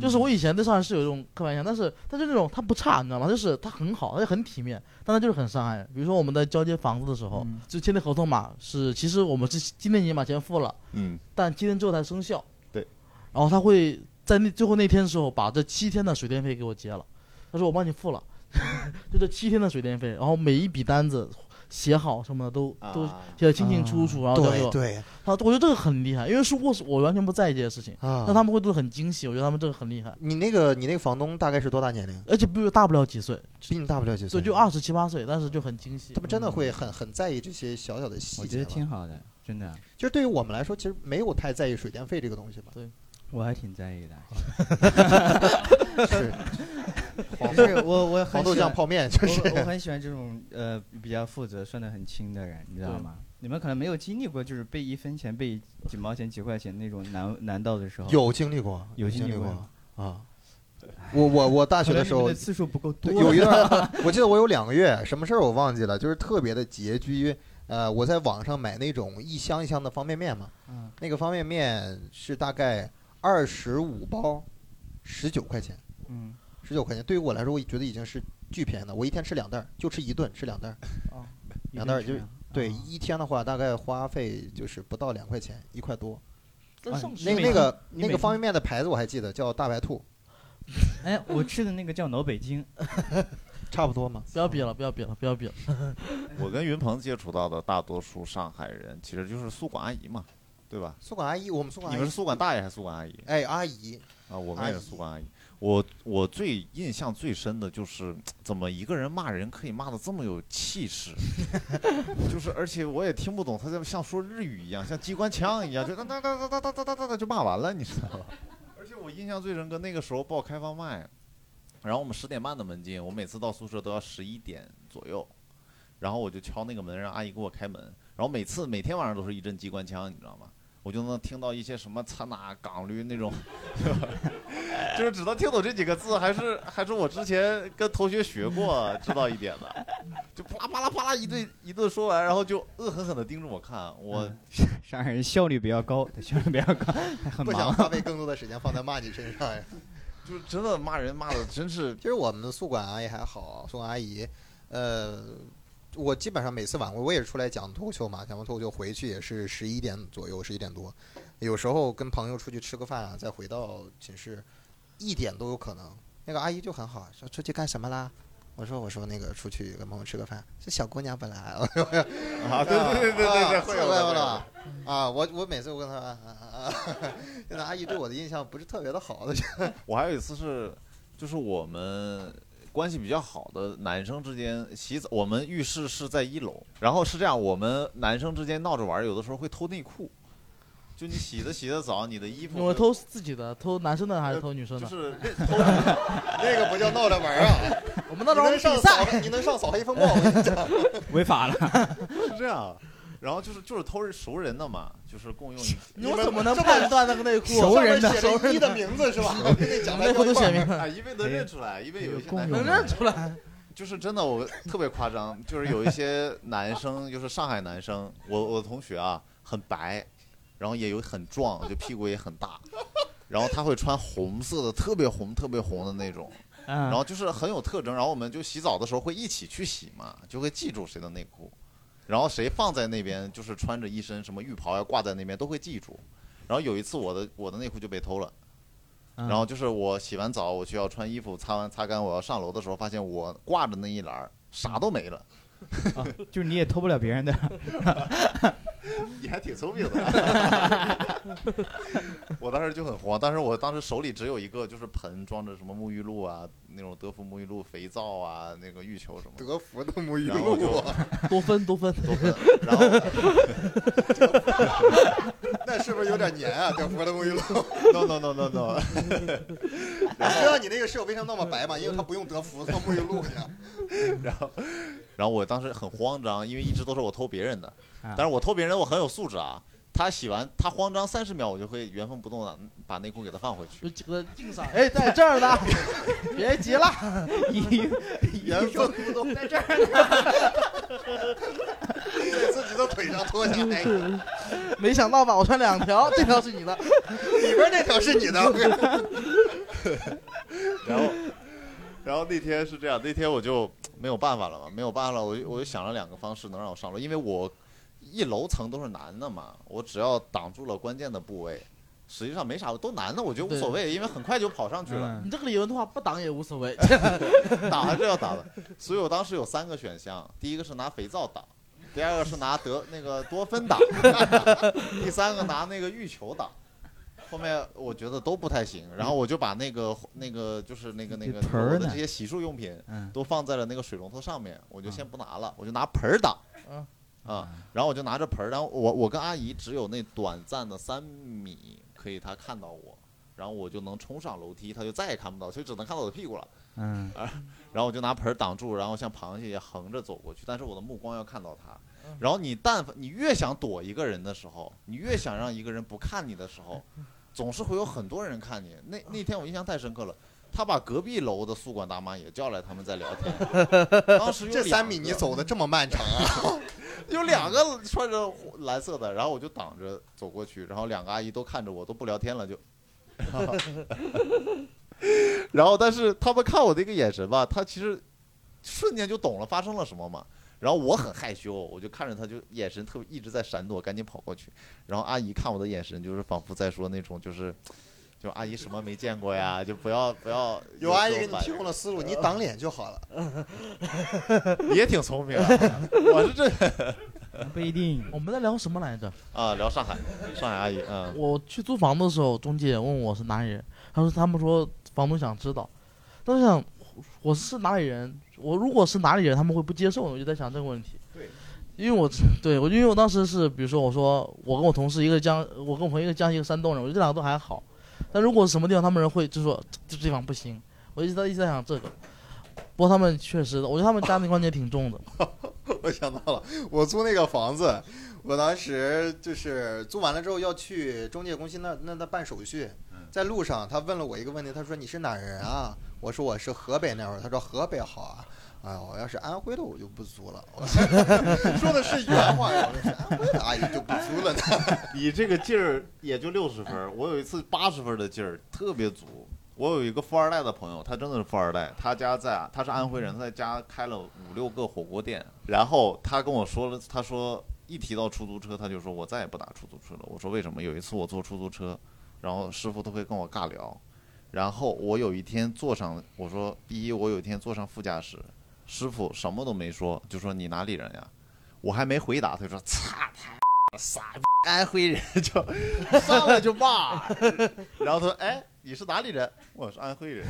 D: 就是我以前对上海是有一种刻板印象，但是他就那种他不差，你知道吗？就是他很好，他就很体面，但他就是很上海人。比如说我们在交接房子的时候，
C: 嗯
D: 就签的合同嘛，是其实我们是今天已经把钱付了，
A: 嗯，
D: 但七天之后才生效。
A: 对，
D: 然后他会在那最后那天的时候把这七天的水电费给我结了，他说我帮你付了， 就这七天的水电费，然后每一笔单子写好什么的都、都
A: 啊
D: 写的清清楚楚，然后交啊给
B: 对
D: 我。
B: 对
D: 他我觉得这个很厉害，因为是我是我完全不在意这些事情，
B: 啊
D: 但。他们会做的很精细，我觉得他们这个很厉害，
B: 你那个你那个房东大概是多大年龄？
D: 而且比我大不了几岁，
B: 比你大不了几岁。
D: 所以就二十七八岁，但是就很精细
B: 他。们真的会很很在意这些小小的细节吧。
C: 嗯我觉得挺好的，真的，
B: 就是对于我们来说，其实没有太在意水电费这个东 西吧。
C: 我还挺在意的。
B: 是黄
C: 就是我我很
B: 黄豆
C: 喜
B: 酱
C: 欢
B: 泡面， 就是
C: 我我很喜欢这种呃比较负责、算得很清的人，你知道
D: 对
C: 吗？你们可能没有经历过，就是被一分钱、被几毛钱、几块钱那种难难到的时候。
B: 有经历过，
C: 有经
B: 经
C: 历
B: 历
C: 过
B: 啊。我我我大
C: 可
B: 学
C: 能
B: 的
C: 你
B: 时
C: 们
B: 候
C: 的次数不够多。
B: 对，有一段， 我记得我有两个月，什么事儿我忘记了，就是特别的拮据。呃，我在网上买那种一箱一箱的方便面嘛，
C: 嗯
B: 那个方便面是大概二十五包，十九块钱，
C: 嗯，
B: 十九块钱对于我来说，我觉得已经是巨便宜了。我一天吃两袋儿，就吃一顿，吃两袋儿。两袋儿就是对，
C: 啊
B: 一天的话大概花费就是不到两块钱，一块多。
D: 但上
B: 那
D: 学
C: 每
B: 那个
C: 你
B: 那
C: 每
B: 个方便面的牌子我还记得，叫大白兔。
C: 哎，我吃的那个叫老北京，
B: 差不多嘛。
D: 不要比了，不要比了，不要比了。
A: 我跟云鹏接触到的大多数上海人，其实就是宿管阿姨嘛，对吧？
B: 宿管阿姨，我们宿管
A: 你
B: 阿
A: 们是
B: 姨，
A: 宿管大爷还是宿管阿姨？
B: 哎，阿姨，
A: 啊，我们
B: 阿
A: 也是
B: 姨
A: 宿管阿姨。我我最印象最深的就是怎么一个人骂人可以骂的这么有气势，就是而且我也听不懂他在像说日语一样，像机关枪一样，就哒哒哒哒哒哒哒哒哒就骂完了，你知道吗？而且我印象最深刻，那个时候报开放麦，然后我们十点半的门禁，我每次到宿舍都要十一点左右，然后我就敲那个门，让阿姨给我开门，然后每次每天晚上都是一阵机关枪，你知道吗？我就能听到一些什么“擦哪港驴”那种 就是只能听懂这几个字，还是还是我之前跟同学学过，知道一点的，就啪啦啪啦啪啦一顿一顿说完，然后就恶狠狠地盯着我看，我
C: 嗯 上海人效率比较高，他效率比较高，还很
B: 不想
C: 忙。
B: 花费更多的时间放在骂你身上呀。
A: 就是真的骂人骂的真是
B: 其实我们的宿管阿姨还好，宿管阿姨，呃，我基本上每次晚会我也是出来讲脱口秀嘛，讲完脱口秀回去也是十一点左右，十一点多，有时候跟朋友出去吃个饭啊，再回到寝室，一点都有可能。那个阿姨就很好，说出去干什么啦？我说我说那个出去跟朋友吃个饭，这小姑娘本来，啊，对
A: 啊，对对对对对对，会有的
B: 会有
A: 会有
B: 了
A: 的。
B: 啊！我我每次我跟她啊啊啊，那阿姨对我的印象不是特别的好，
A: 我还有一次是，就是我们关系比较好的男生之间洗澡，我们浴室是在一楼，然后是这样，我们男生之间闹着玩儿，有的时候会偷内裤，就你洗着洗着澡，你的衣服
D: 我
A: 会
D: 偷自己的，偷男生的还是偷女生
A: 就
D: 的？
A: 是
B: 那个不叫闹着玩儿啊。
D: 我们那时候
B: 你能
D: 比
B: 上
D: 赛，
B: 扫，你能上扫黑风暴，我 跟你讲，
C: 违 法了，
A: 是这样，然后就是就是偷人熟人的嘛，就是共用一
D: 你们怎么能判断那个内裤？
C: 熟人的
B: 上面写着一的名字是 吧？我跟你讲，
D: 内裤都写哎明了，
A: 啊，因为能认出来，因为有一些男
D: 能
A: 生
D: 认出来。
A: 就是真的，我特别夸张，就是有一些男生，就是上海男生，我我同学啊，很白，然后也有很壮，就屁股也很大，然后他会穿红色的，特别红、特别红的那种，
C: 然
A: 然后就是很有特征，然后我们就洗澡的时候会一起去洗嘛，就会记住谁的内裤，然后谁放在那边，就是穿着一身什么浴袍要挂在那边都会记住。然后有一次我的我的内裤就被偷了，
C: 嗯
A: 然后就是我洗完澡我需要穿衣服，擦完擦干我要上楼的时候，发现我挂着那一栏儿啥都没了。
C: 就是你也偷不了别人的，
A: 你还挺聪明的。 我当时就很慌，但是我当时手里只有一个就是盆装着什么沐浴露啊，那种德芙沐浴露、肥皂啊，那个浴球什么的。
B: 德芙的沐浴
A: 然后我就
B: 露，
D: 多分多分，
A: 都分，然后
B: 那是不是有点黏 啊？德芙的沐浴露，
A: no no no no no，
B: 你知道你那个室友为什么那么白吗？因为他不用德 芙，他沐浴露啊去。
A: 然后然后我当时很慌张，因为一直都是我偷别人的，
C: 啊
A: 但是我偷别人我很有素质啊。他洗完，他慌张三十秒，我就会原封不动的把内裤给他放回
D: 有
A: 去。
D: 几个敬上。 哎，在这儿呢，别急了，
B: 原封不动 在这儿呢，在自己的腿上脱下来，
D: 没想到吧？我穿两条，这条是你的，
B: 里边那条是 你的。
A: 然后，然后那天是这样，那天我就没有办法了嘛，没有办法了，我就我就想了两个方式能让我上楼，因为我一楼层都是男的嘛，我只要挡住了关键的部位，实际上没啥，都男的，我觉得无所谓，因为很快就跑上去了。
D: 你这个理论的话不挡也无所 谓。
A: 打还是要打的。所以我当时有三个选项，第一个是拿肥皂打，第二个是拿德那个多芬打， 第三个拿那个浴球打。后面我觉得都不太行，然后我就把那个那个就是那个那个
C: 这盆儿
A: 我的
C: 呢
A: 这些洗漱用品
C: 嗯
A: 都放在了那个水龙头上面，我就先不拿了，我就拿盆儿打。
D: 嗯
A: 啊，然后我就拿着盆儿，然后我我跟阿姨只有那短暂的三米可以她看到我，然后我就能冲上楼梯，她就再也看不到，所以只能看到我的屁股了。
C: 嗯，
A: 然后我就拿盆儿挡住，然后像螃蟹一样横着走过去，但是我的目光要看到他
D: 嗯。
A: 然后你但凡你越想躲一个人的时候，你越想让一个人不看你的时候，总是会有很多人看你。那那天我印象太深刻了，他把隔壁楼的宿管大妈也叫来，他们在聊天。 当时有
B: 这
A: 两
B: 三米
A: 个
B: 你走的这么漫长啊？
A: 有两个穿着蓝色的，然后我就挡着走过去，然后两个阿姨都看着我，都不聊天了就。 然后，但是他们看我的一个眼神吧，他其实瞬间就懂了发生了什么嘛。然后我很害羞，我就看着他，就眼神特别一直在闪躲，赶紧跑过去。然后阿姨看我的眼神，就是仿佛在说那种就是就阿姨什么没见过呀，就不要不要。
B: 有阿姨
A: 时
B: 给
A: 候
B: 你
A: 把
B: 提供了思路，你挡脸就好了。
A: 你也挺聪明啊。我是这
C: 嗯不一定。
D: 我们在聊什么来着？
A: 啊，聊上海，上海阿姨，嗯，
D: 我去租房的时候，中介问我是哪里人，他说他们说房东想知道，但是想我是哪里人，我如果是哪里人，他们会不接受，我就在想这个问题。
A: 对，
D: 因为我对我因为我当时是，比如说我说我跟我同事一个江，我跟我朋友一个江西一个山东人，我觉得这两个都还好，但如果是什么地方他们人会就说这这地方不行，我一直在一直在想这个。不过他们确实，我觉得他们家庭观念挺重的。
B: 我想到了，我租那个房子，我当时就是租完了之后要去中介公司那那那办手续
A: 嗯，
B: 在路上他问了我一个问题，他说你是哪人啊？我说我是河北那会儿，他说河北好啊。哎呀，我要是安徽的我就不租了。我 说说的是原话呀，我说是安徽的阿姨就不租了呢。
A: 你这个劲儿也就六十分儿，我有一次八十分儿的劲儿特别足。我有一个富二代的朋友，他真的是富二代，他家在他是安徽人，他在家开了五六个火锅店。然后他跟我说了，他说一提到出租车，他就说我再也不打出租车了。我说为什么？有一次我坐出租车，然后师傅都会跟我尬聊。然后我有一天坐上，我说第一，我有一天坐上副驾驶，师傅什么都没说，就说你哪里人呀？我还没回答，他就说擦他傻逼安徽人 就 上来就骂， 然后他说哎你是哪里人？我是安徽人。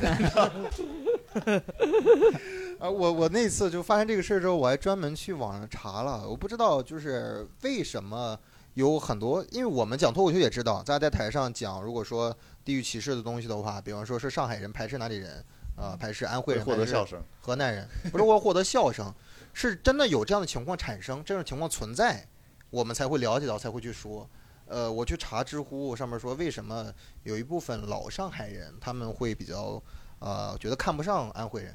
B: 啊，我我那次就发现这个事儿之后，我还专门去网上查了，我不知道就是为什么有很多，因为我们讲脱口秀也知道，大家在台上讲，如果说地域歧视的东西的话，比方说是上海人排斥哪里人，啊、排斥安徽
A: 会
B: 人，
A: 获得
B: 排斥
A: 笑声。
B: 河南人， 不是为了获得笑声，是真的有这样的情况产生，这种情况存在，我们才会了解到，才会去说。呃，我去查知乎上面说，为什么有一部分老上海人他们会比较呃觉得看不上安徽人，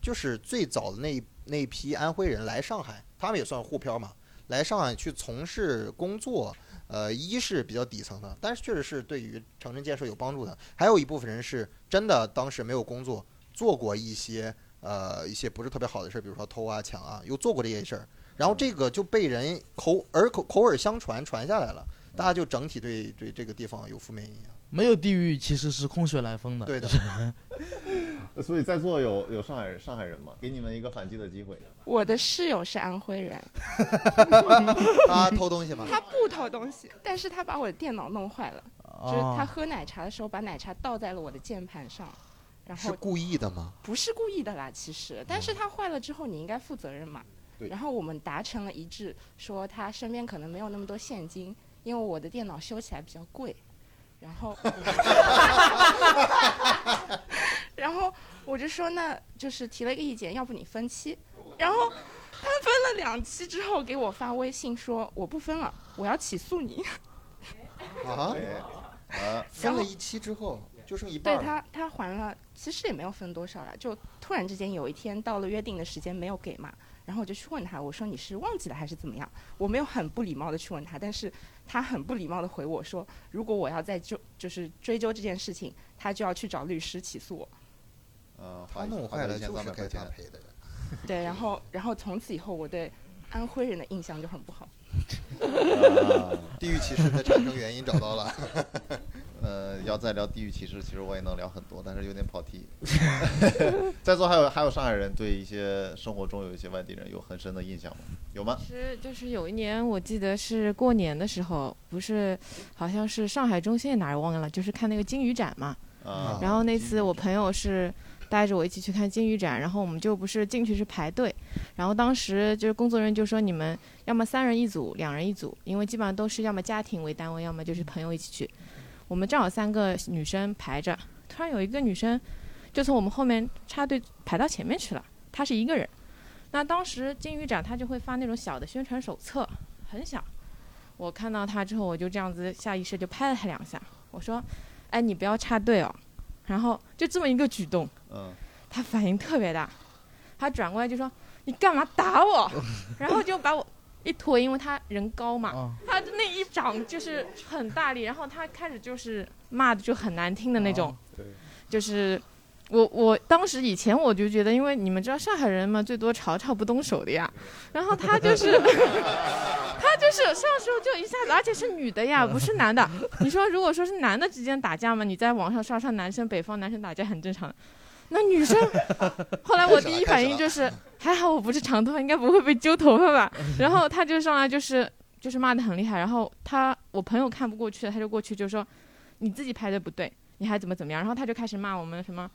B: 就是最早的那一那一批安徽人来上海，他们也算沪漂嘛，来上海去从事工作，呃，一是比较底层的，但是确实是对于城镇建设有帮助的，还有一部分人是真的当时没有工作，做过一些呃一些不是特别好的事儿，比如说偷啊、抢啊，又做过这些事儿，然后这个就被人口耳口口耳相传传下来了，大家就整体对对这个地方有负面印象。
D: 没有地域其实是空穴来风的。
B: 对的，
A: 所以在座有有上海上海人吗？给你们一个反击的机会。
G: 我的室友是安徽人，
B: 他偷东西嘛，
G: 他不偷东西，但是他把我的电脑弄坏了，就是
D: 啊
G: 他喝奶茶的时候把奶茶倒在了我的键盘上，然
B: 是
G: 后
B: 故意的吗？
G: 不是故意的啦，其实，但是他坏了之后你应该负责任嘛。
A: 对
G: 然后我们达成了一致，说他身边可能没有那么多现金，因为我的电脑修起来比较贵。然后，然后我就说那就是提了一个意见，要不你分期。然后他分了两期之后给我发微信说我不分了，我要起诉你。
B: 啊，
A: 哎啊，
B: 分了一期之后就剩一半
G: 对
B: 儿了，
G: 他，他还了，其实也没有分多少啦，就突然之间有一天到了约定的时间没有给嘛，然后我就去问他，我说你是忘记了还是怎么样？我没有很不礼貌的去问他，但是他很不礼貌的回我说，如果我要再就就是追究这件事情，他就要去找律师起诉我。
A: 嗯，
B: 他弄坏了就是该他赔的人。
G: 对，然后然后从此以后我对安徽人的印象就很不好。
A: 啊
B: 地域歧视的产生原因找到 了，
A: 呃，要再聊地域歧视，其实我也能聊很多，但是有点跑 题。在座还有还有上海人对一些生活中有一些外地人有很深的印象吗？有吗？
H: 是，就是有一年，我记得是过年的时候，不是好像是上海中心哪儿忘了，就是看那个金鱼展嘛。
A: 啊，
H: 嗯然后那
A: 金
H: 次
A: 鱼
H: 我
A: 展
H: 朋友是带着我一起去看金鱼展，然后我们就不是进去是排队，然后当时就是工作人员就说你们要么三人一组，两人一组，因为基本上都是要么家庭为单位，要么就是朋友一起去。我们正好三个女生排着，突然有一个女生就从我们后面插队排到前面去了，她是一个人。那当时金鱼展它就会发那种小的宣传手册，很小。我看到她之后，我就这样子下意识就拍了她两下，我说：“哎，你不要插队哦。”然后就这么一个举动，
A: 嗯，
H: 他反应特别大，他转过来就说：“你干嘛打我？”然后就把我一推，因为他人高嘛，
D: 啊，
H: 他那一掌就是很大力，然后他开始就是骂的就很难听的那
D: 啊
H: 种，
A: 对
H: 就是。我我当时以前我就觉得，因为你 们知道上海人嘛，最多吵吵不动手的呀。然后他就是，他就是上时候就一下子，而且是女的呀，不是男的。你说如果说是男的之间打架嘛，你在网上刷刷男生北方男生打架很正常。那女生，后来我第一反应就是，还好我不是长头发，应该不会被揪头发吧。然后他就上来就是就是骂的很厉害，然后他我朋友看不过去了，他就过去就说你自己拍的不对，你还怎么怎么样，然后他就开始骂我们什么。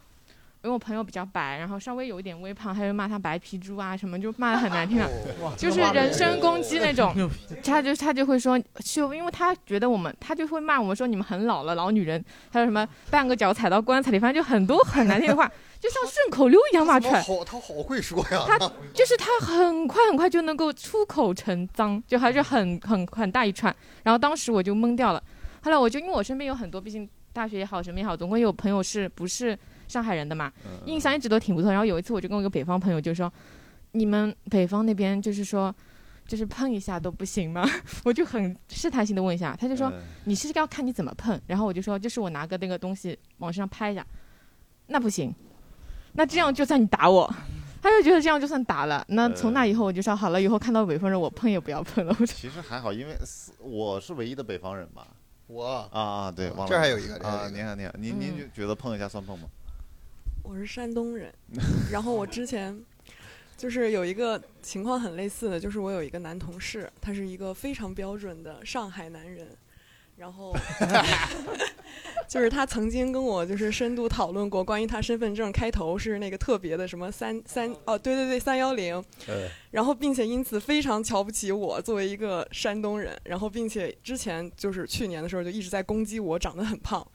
H: 因为我朋友比较白，然后稍微有一点微胖，他就骂他白皮猪啊什么，就骂的很难听啊。
B: 哦
H: 就是人身攻击 那种，他就他就会说，就因为他觉得我们，他就会骂我们说你们很老了，老女人，他说什么半个脚踩到棺材里，反正就很多很难听的话，就像顺口溜一样骂出来。
B: 好，他好会说呀。
H: 他就是他很快很快就能够出口成脏，就还是很很很大一串。然后当时我就懵掉了，后来我就因为我身边有很多，毕竟大学也好什么也好，总归有朋友是不是上海人的嘛，
A: 嗯
H: 印象一直都挺不错。然后有一次我就跟我一个北方朋友就说，你们北方那边就是说。就是碰一下都不行吗？ 我就很试探性的问一下，他
A: 嗯
H: 就说你是要看你怎么碰，然后我就说就是我拿个那个东西往身上拍一下，那不行，那这样就算你打我， 他就觉得这样就算打了。那从那以后我就说好了，以后看到北方人我碰也不要碰了。我说
A: 嗯其实还好，因为是我是唯一的北方人吧。
B: 我
A: 啊啊，对，忘了
B: 这儿还有一个这儿还
A: 啊，
B: 有一个
A: 您看您看，您您
H: 嗯
A: 就觉得碰一下算碰吗？
I: 我是山东人，然后我之前就是有一个呃情况很类似的，就是我有一个男同事，他是一个非常标准的上海男人，然后 就是他曾经跟我就是深度讨论过关于他身份证开头是那个特别的什么三三哦对对对三幺零，然后并且因此非常瞧不起我作为一个山东人，然后并且之前就是去年的时候就一直在攻击我长得很胖。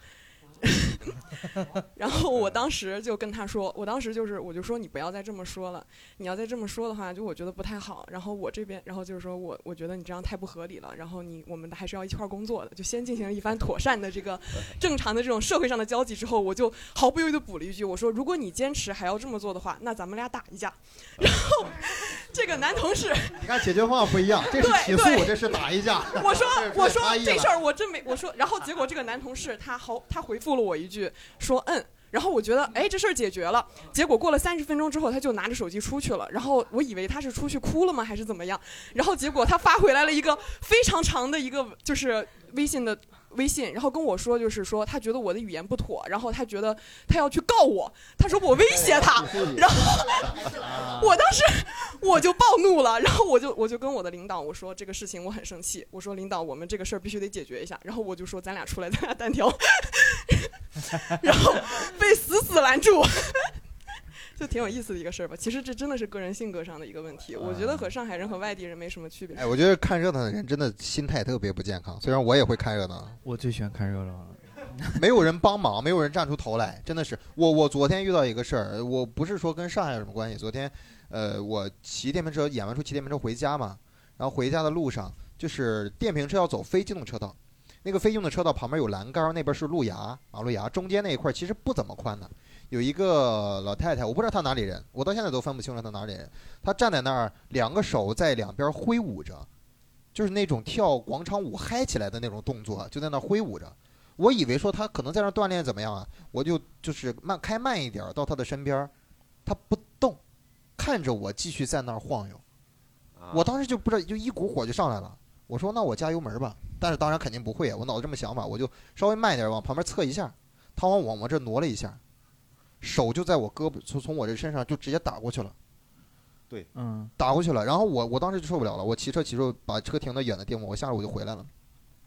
I: 然后我当时就跟他说，我当时就是我就说你不要再这么说了，你要再这么说的话，就我觉得不太好。然后我这边，然后就是说我我觉得你这样太不合理了。然后你我们还是要一块儿工作的，就先进行一番妥善的这个正常的这种社会上的交际之后，我就毫不犹豫的补了一句，我说如果你坚持还要这么做的话，那咱们俩打一架。然后这个男同事
B: 你看解决方法不一样，这是起诉
I: 对，对
B: 这是打一架。
I: 我说
B: 这是
I: 我说
B: 差异了
I: 这事儿我真没我说，然后结果这个男同事他好他回复了我一句说嗯，然后我觉得哎这事儿解决了，结果过了三十分钟之后他就拿着手机出去了，然后我以为他是出去哭了吗还是怎么样，然后结果他发回来了一个非常长的一个就是微信的。微信，然后跟我说，就是说他觉得我的语言不妥，然后他觉得他要去告我，他说我威胁他，然后我当时我就暴怒了，然后我就我就跟我的领导我说这个事情我很生气，我说领导我们这个事儿必须得解决一下，然后我就说咱俩出来咱俩单挑， 然后被死死拦住， 就挺有意思的一个事儿吧。其实这真的是个人性格上的一个问题，我觉得和上海人和外地人没什么区别。
B: 哎，我觉得看热闹的人真的心态特别不健康。虽然我也会看热闹，啊
E: 我最喜欢看热闹了。
B: 没有人帮忙，没有人站出头来，真的是我。我昨天遇到一个事儿，我不是说跟上海有什么关系。昨天，呃，我骑电瓶车演完出骑电瓶车回家嘛，然后回家的路上，就是电瓶车要走非机动车道，那个非机动车道旁边有栏杆，那边是路牙，马路牙，中间那一块其实不怎么宽的。有一个老太太，我不知道她哪里人，我到现在都分不清楚她哪里人。她站在那儿，两个手在两边挥舞着，就是那种跳广场舞嗨起来的那种动作，就在那儿挥舞着。我以为说他可能在那儿锻炼怎么样啊，我就就是慢开慢一点儿到他的身边儿，他不动，看着我继续在那儿晃悠。
A: 啊
B: 我当时就不知道，就一股火就上来了。我说那我加油门吧，但是当然肯定不会啊，我脑子这么想法，我就稍微慢一点儿往旁边侧一下，他往我往这挪了一下，手就在我胳膊从从我这身上就直接打过去了。
E: 嗯，
B: 打过去了。然后我我当时就受不了了，我骑车骑车把车停到远的地方，我下来我就回来了。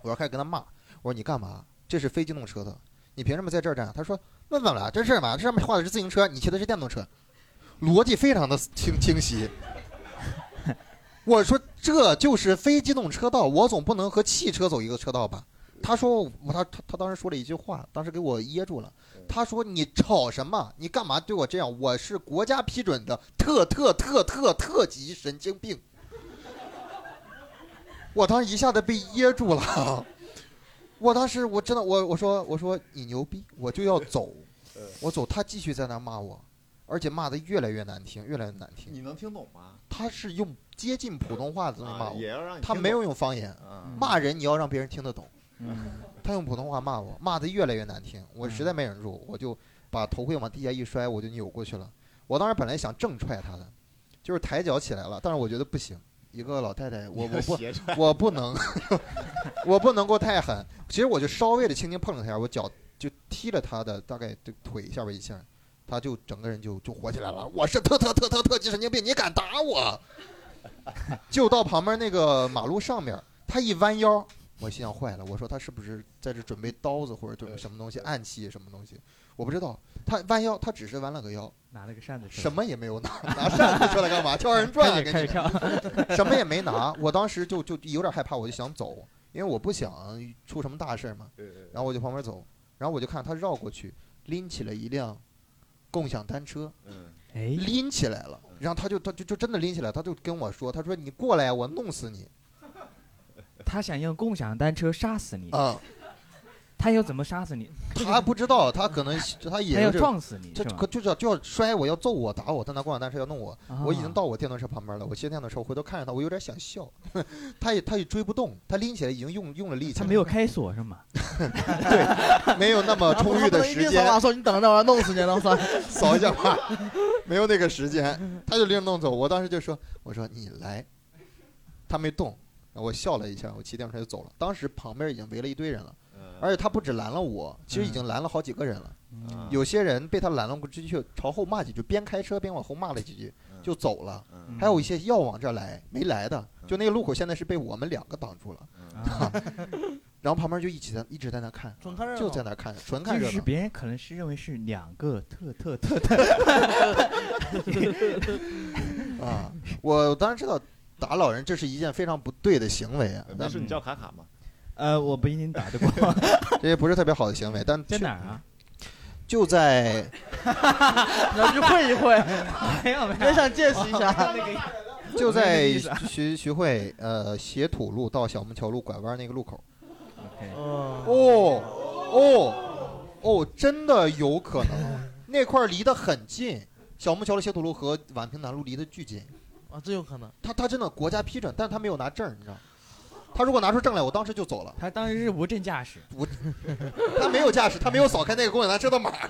B: 我要开始跟他骂，我说你干嘛？这是非机动车的，你凭什么在这儿站？他说问问了，这事儿嘛，这上面画的是自行车，你骑的是电动车，逻辑非常的清清晰。我说这就是非机动车道，我总不能和汽车走一个车道吧？他说我他他他当时说了一句话，当时给我噎住了。他说你吵什么？你干嘛对我这样？我是国家批准的特特特特特级神经病。 我当时一下子被噎住了， 我当时我真的我我说我说你牛逼，我就要走，我走，他继续在那骂我，而且骂的越来越难听，越来越难听。
A: 你能听懂吗？
B: 他是用接近普通话的东西骂
A: 啊，
B: 我，
A: 也要让你
B: 他
A: 听
B: 没
A: 懂
B: 有用方言，
A: 嗯
B: 骂人你要让别人听得懂。
E: 嗯，
B: 他用普通话骂我，骂得越来越难听，我实在没忍住，我就把头盔往地下一摔，我就扭过去了。我当时本来想正踹他的，就是抬脚起来了，但是我觉得不行，一个老太太，我
A: 你
B: 我
A: 要
B: 不
A: 斜着
B: 我不能，我不能够太狠。其实我就稍微的轻轻碰了她一下，我脚就踢了她的大概这腿下边一下，她就整个人就就火起来了。我是特特特特特级神经病，你敢打我？ 就到旁边那个马路上面，她一弯腰，我心想坏了，我说她是不是在这准备刀子或者准备什么东西暗器什么东西？我不知道，她弯腰，她只是弯了个腰，
C: 拿了个扇子出来，
B: 什么也没有拿，拿扇子出来 干嘛？跳二人转啊，
C: 开始
B: 跟
C: 开
B: 你
C: 始跳，
B: 什么也没拿，我当时就就有点害怕，我就想走，因为我不想出什么大事儿嘛。
A: 嗯
B: 然后我就旁边走，然后我就看他绕过去，拎起了一辆共享单车，
A: 嗯，
C: 哎，
B: 拎起来了。然后他就他就就真的拎起来，他就跟我说，他说你过来，我弄死你
C: 他想用共享单车杀死你，
B: 啊！
C: 他要怎么杀死你？
B: 他不知道，他可能他
C: 他
B: 也
C: 要
B: 有这种。
C: 撞死你
B: 他
C: 是
B: 可
C: 吗？
B: 就是要就要摔我，要揍我，打我，他拿共享单车要弄我。
C: 啊
B: 我已经到我电动车旁边了，我歇电动车，我回头看着他，我有点想笑。 他也他也追不动，他拎起来已经用用了力气
C: 他
B: 了，
C: 没有开锁是吗？
B: 没有那么充裕的时 间。
D: 说你等着，我要弄死你，弄死你。
B: 扫一下码，没有那个时间，他就拎弄走。我当时就说：“我说你来。”他没动，我笑了一下，我骑电动车就走了。当时旁边已经围了一堆人了，而且他不止拦了我，其实已经拦了好几个人了。
A: 嗯
B: 有些人被他拦了过去，就朝后骂几句，边开车边往后骂了几句
A: 嗯
B: 就走了。
A: 嗯
B: 还有一些要往这儿来没来的，就那个路口现在是被我们两个挡住了，
A: 嗯
C: 啊，
B: 然后旁边就一起在一直在那看，
D: 纯看热 闹
B: 就在那看，纯看
C: 就
B: 热
C: 是
B: 闹。
C: 别人可能是认为是两个特特特
B: 啊，我当然知道打老人这是一件非常不对的行为啊，
A: 但
B: 但
A: 是你叫卡卡嘛，
C: 呃，我不一定打得过，
B: 这些不是特别好的行为，但
C: 在
B: 确
C: 哪儿啊？
B: 就在
D: 你要去会一会，
C: 没有没有，
D: 也想见识一 下。
B: 就
C: 我没那个
B: 在
C: 意思啊
B: 徐徐汇呃斜土路到小木桥路拐弯那个路口。
D: 哦，
B: 哦哦哦，真的有可 能，那块儿离得很近，小木桥路、斜土路和宛平南路离得巨近。
D: 啊，真有可能。
B: 他他真的国家批准，但他没有拿证儿，你 知道吗。他如果拿出证来，我当时就走了。
C: 他当时是无证驾驶，
B: 他没有驾驶，他没有扫开那个共享单车的码儿。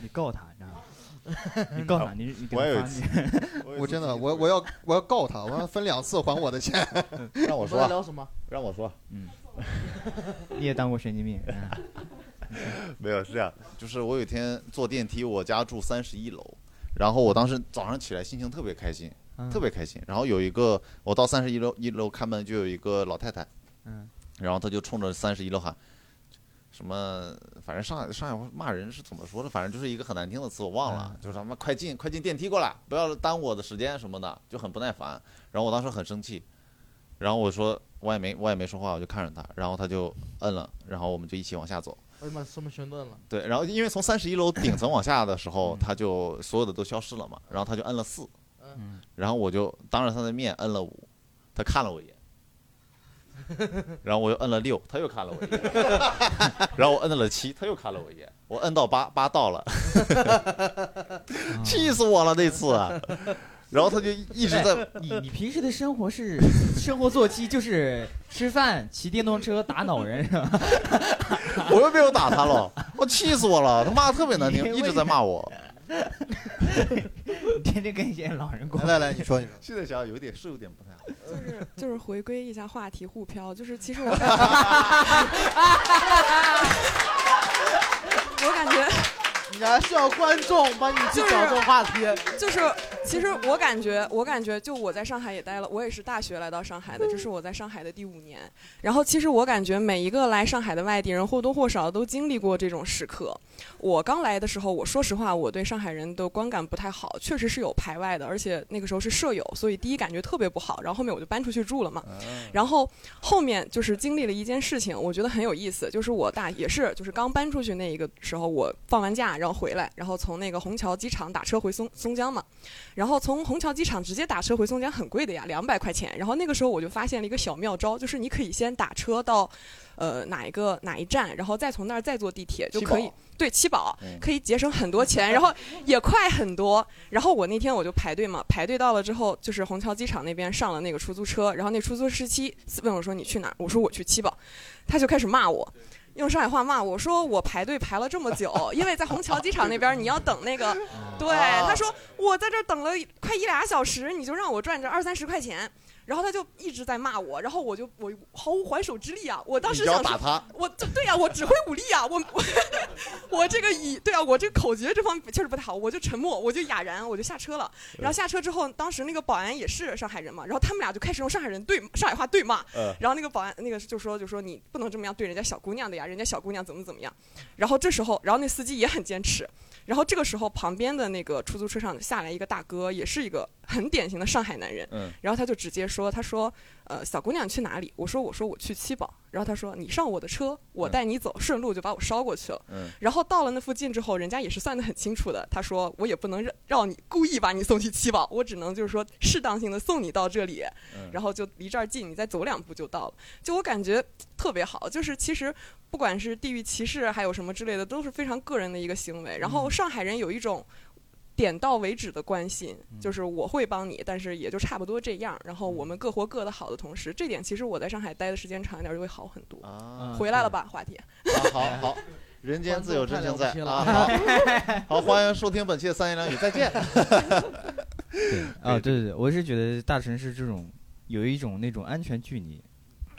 C: 你告他，你知道吗？你告他，你你给他
A: 我也有一
C: 发
A: 次
C: 你
B: 我真的，我我要我要告他，我要分两次还我的钱。
A: 让我
B: 啊
D: 我们在
A: 说，啊
D: 聊什么？
A: 让我说，
C: 你也当过神经病，嗯
A: 没有是这样，就是我有一天坐电梯，我家住三十一楼，然后我当时早上起来心情特别开心，
C: 嗯
A: 特别开心。然后有一个我到三十一楼一楼开门就有一个老太太，
C: 嗯，
A: 然后她就冲着三十一楼喊。什么？反正上海上海话骂人是怎么说的？反正就是一个很难听的词，我忘了。就是他妈快进快进电梯过来，不要耽误我的时间什么的，就很不耐烦。然后我当时很生气，然后我说我也没我也没说话，我就看着他，然后他就摁了，然后我们就一起往下走。
D: 哎呀妈，什么悬顿了？
A: 对，然后因为从三十一楼顶层往下的时候，他就所有的都消失了嘛，然后他就摁了四，
C: 嗯，
A: 然后我就当着他的面摁了五，他看了我一眼，然后我又摁了六，他又看了我一眼， 然后我摁了七，他又看了我一眼，我摁到八，八到了， 气死我了那次，啊然后他就一直在
E: 你你平时的生活是生活作息就是吃饭、骑电动车、打恼人，
A: 我又没有打他了，我气死我了，他骂的特别难听，一直在骂我。
E: 你天天跟一些老人过
B: 来。来来，你说你说。
A: 现在想想有点是有点不太好，
I: 就是就是回归一下话题互飘，就是其 实我感觉，我感觉。
D: 你还需要观众帮你去找这种话题？
I: 就是，其实我感觉，我感觉，就我在上海也待了，我也是大学来到上海的，这是我在上海的第五年。然后，其实我感觉每一个来上海的外地人或多或少都经历过这种时刻。我刚来的时候，我说实话，我对上海人的观感不太好，确实是有排外的，而且那个时候是舍友，所以第一感觉特别不好。然后后面我就搬出去住了嘛。
B: 嗯
I: 然后后面就是经历了一件事情，我觉得很有意思，就是我大也是就是刚搬出去那一个时候，我放完假然后回来，然后从那个虹桥机场打车回松松江嘛，然后从虹桥机场直接打车回松江很贵的呀，两百块钱。然后那个时候我就发现了一个小妙招，就是你可以先打车到。呃，哪一个哪一站，然后再从那儿再坐地铁就可以
A: 七宝，
I: 对，七宝
A: 嗯
I: 可以节省很多钱，然后也快很多。然后我那天我就排队嘛，排队到了之后，就是虹桥机场那边上了那个出租车，然后那出租车司机问我说你去哪儿？我说我去七宝，他就开始骂我。用上海话骂我说我排队排了这么久，因为在虹桥机场那边你要等那
A: 嗯
I: 个，对，他说我在这儿等了快一俩小时，你就让我赚这二三十块钱。然后他就一直在骂我，然后我就我毫无还手之力啊！我当时
A: 你要
I: 想
A: 打
I: 说
A: 他，
I: 我这对呀、我只会武力啊，我 我我这个以对啊，我这个口诀这方面确实不太好，我就沉默，我就哑然，我就下车了。然后下车之后，当时那个保安也是上海人嘛，然后他们俩就开始用上海人对上海话对骂
A: 嗯，
I: 然后那个保安那个就说就说你不能这么样对人家小姑娘的呀，人家小姑娘怎么怎么样。然后这时候，然后那司机也很坚持。然后这个时候，旁边的那个出租车上下来一个大哥，也是一个很典型的上海男人。
A: 嗯
I: 然后他就直接说：“他说，呃，小姑娘你去哪里？”我说：“我说我去七宝。”然后他说：“你上我的车，我带你走，顺路就把我捎过去了。”
A: 嗯
I: 然后到了那附近之后，人家也是算得很清楚的。他说：“我也不能让让你故意把你送去七宝，我只能就是说适当性的送你到这里，
A: 嗯
I: 然后就离这儿近，你再走两步就到了。”就我感觉特别好，就是其实不管是地域歧视还有什么之类的，都是非常个人的一个行为。然后上海人有一种点到为止的关心，就是我会帮你，但是也就差不多这样。然后我们各活各的好的同时，这点其实我在上海待的时间长一点就会好很多。
A: 啊，
I: 回来了吧，话题。
A: 好好，人间自有真情在
D: 观众太了
A: 啊！ 好，好，欢迎收听本期的三言两语，再 见。
C: 啊，对对对，我是觉得大城市这种有一种那种安全距离，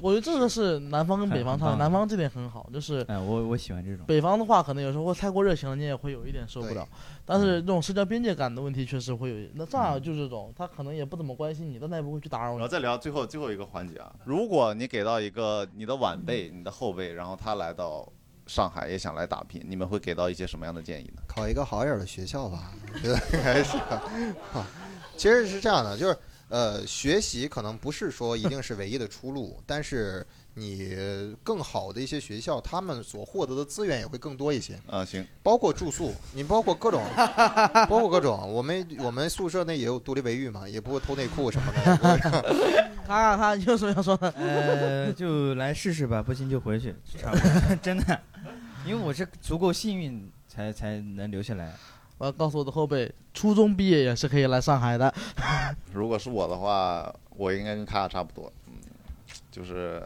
D: 我觉得这个是南方跟北方差，
C: 很棒
D: 南方这点很好，就是
C: 哎、我我喜欢这种。
D: 北方的话，可能有时候会太过热情了，你也会有一点受不了。但是这种社交边界感的问题，确实会有。那上海就是这种，他可能也不怎么关心你，但他也不会去打扰
A: 然后
D: 你。
A: 再聊最后最后一个环节啊，如果你给到一个你的晚辈、你的后辈，然后他来到上海也想来打拼，你们会给到一些什么样的建议呢？
B: 考一个好一点的学校吧， 我觉得应该是。啊其实是这样的，就是呃，学习可能不是说一定是唯一的出路，但是你更好的一些学校，他们所获得的资源也会更多一些。
A: 啊，行，
B: 包括住宿，你包括各种，包括各种。我们我们宿舍内也有独立卫浴嘛，也不会偷内裤什么的。也不会
D: 他他有什么要说的？
C: 呃，就来试试吧，不行就回去，差不多， 真的，因为我是足够幸运才才能留下来。
D: 我要告诉我的后辈，初中毕业也是可以来上海的。
A: 如果是我的话，我应该跟卡卡差不多，嗯，就是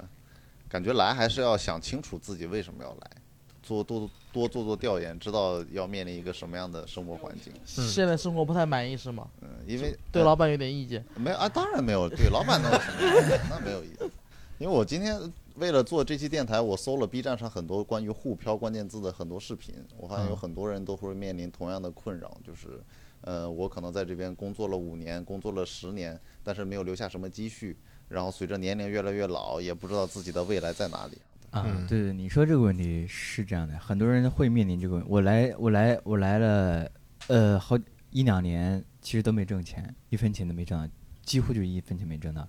A: 感觉来还是要想清楚自己为什么要来，做多多做做调研，知道要面临一个什么样的生活环境。
D: 现在生活不太满意是吗？
A: 嗯，因为
D: 对
A: 呃
D: 老板有点意见。
A: 没有啊，当然没有，对老板能有什么意见？那没有意见，因为我今天为了做这期电台，我搜了 B 站上很多关于沪漂关键字的很多视频，我发现有很多人都会面临同样的困扰，就是，呃，我可能在这边工作了五年，工作了十年，但是没有留下什么积蓄，然后随着年龄越来越老，也不知道自己的未来在哪里。
C: 啊，
B: 嗯
C: 对对，你说这个问题是这样的，很多人会面临这个问我来，我来，我来了，呃，好一两年，其实都没挣钱，一分钱都没挣到，几乎就一分钱没挣到。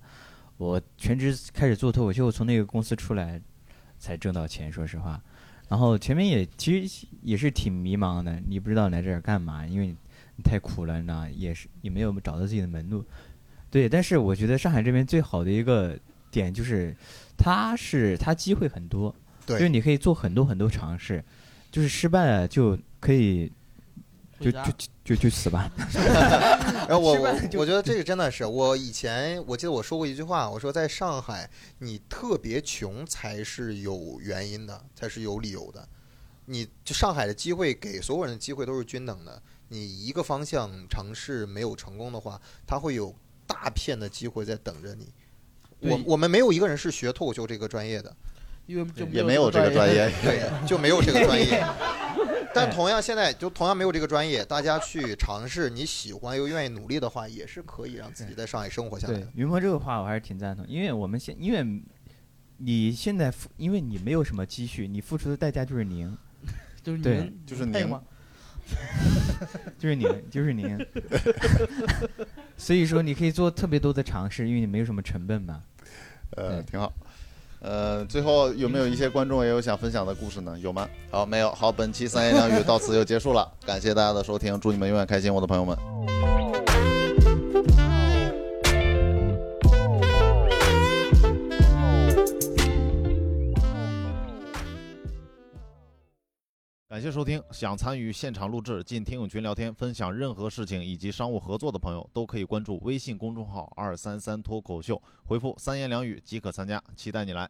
C: 我全职开始做脱口秀，从那个公司出来才挣到钱，说实话。然后前面也其实也是挺迷茫的，你不知道来这儿干嘛，因为你你太苦了，你知道，也是也没有找到自己的门路。对，但是我觉得上海这边最好的一个点就是，它是它机会很多，就是
B: 对，
C: 你可以做很多很多尝试，就是失败了就可以就就
D: 回家
C: 就就去死吧。
B: 然后我我我觉得这个真的是，我以前我记得我说过一句话，我说在上海，你特别穷才是有原因的，才是有理由的。你就上海的机会给所有人的机会都是均等的，你一个方向尝试没有成功的话，它会有大片的机会在等着你。我
D: 对
B: 我们没有一个人是学脱口秀这个专业的，
D: 因为就
A: 也没有这个专业，
B: 对，就没有这个专业。但同样，现在就同样没有这个专业，大家去尝试，你喜欢又愿意努力的话，也是可以让自己在上海生 活下来
C: 对
B: 的。
C: 云鹏这个话我还是挺赞同，因为我们现因为你现在付，因为你没有什么积蓄，你付出的代价就是零，
D: 就是你
C: 对
D: 们
A: 就是
D: 配
A: 您
D: 吗？
C: 就是 零，就是零。 所以说你可以做特别多的尝试，因为你没有什么成本嘛。
A: 呃，
C: 对
A: 挺好。呃，最后有没有一些观众也有想分享的故事呢？有吗？好，没有。好，本期三言两语到此就结束了，感谢大家的收听，祝你们永远开心，我的朋友们。感谢收听。想参与现场录制、进听友群聊天、分享任何事情以及商务合作的朋友，都可以关注微信公众号“二三三脱口秀”，回复“三言两语”即可参加。期待你来。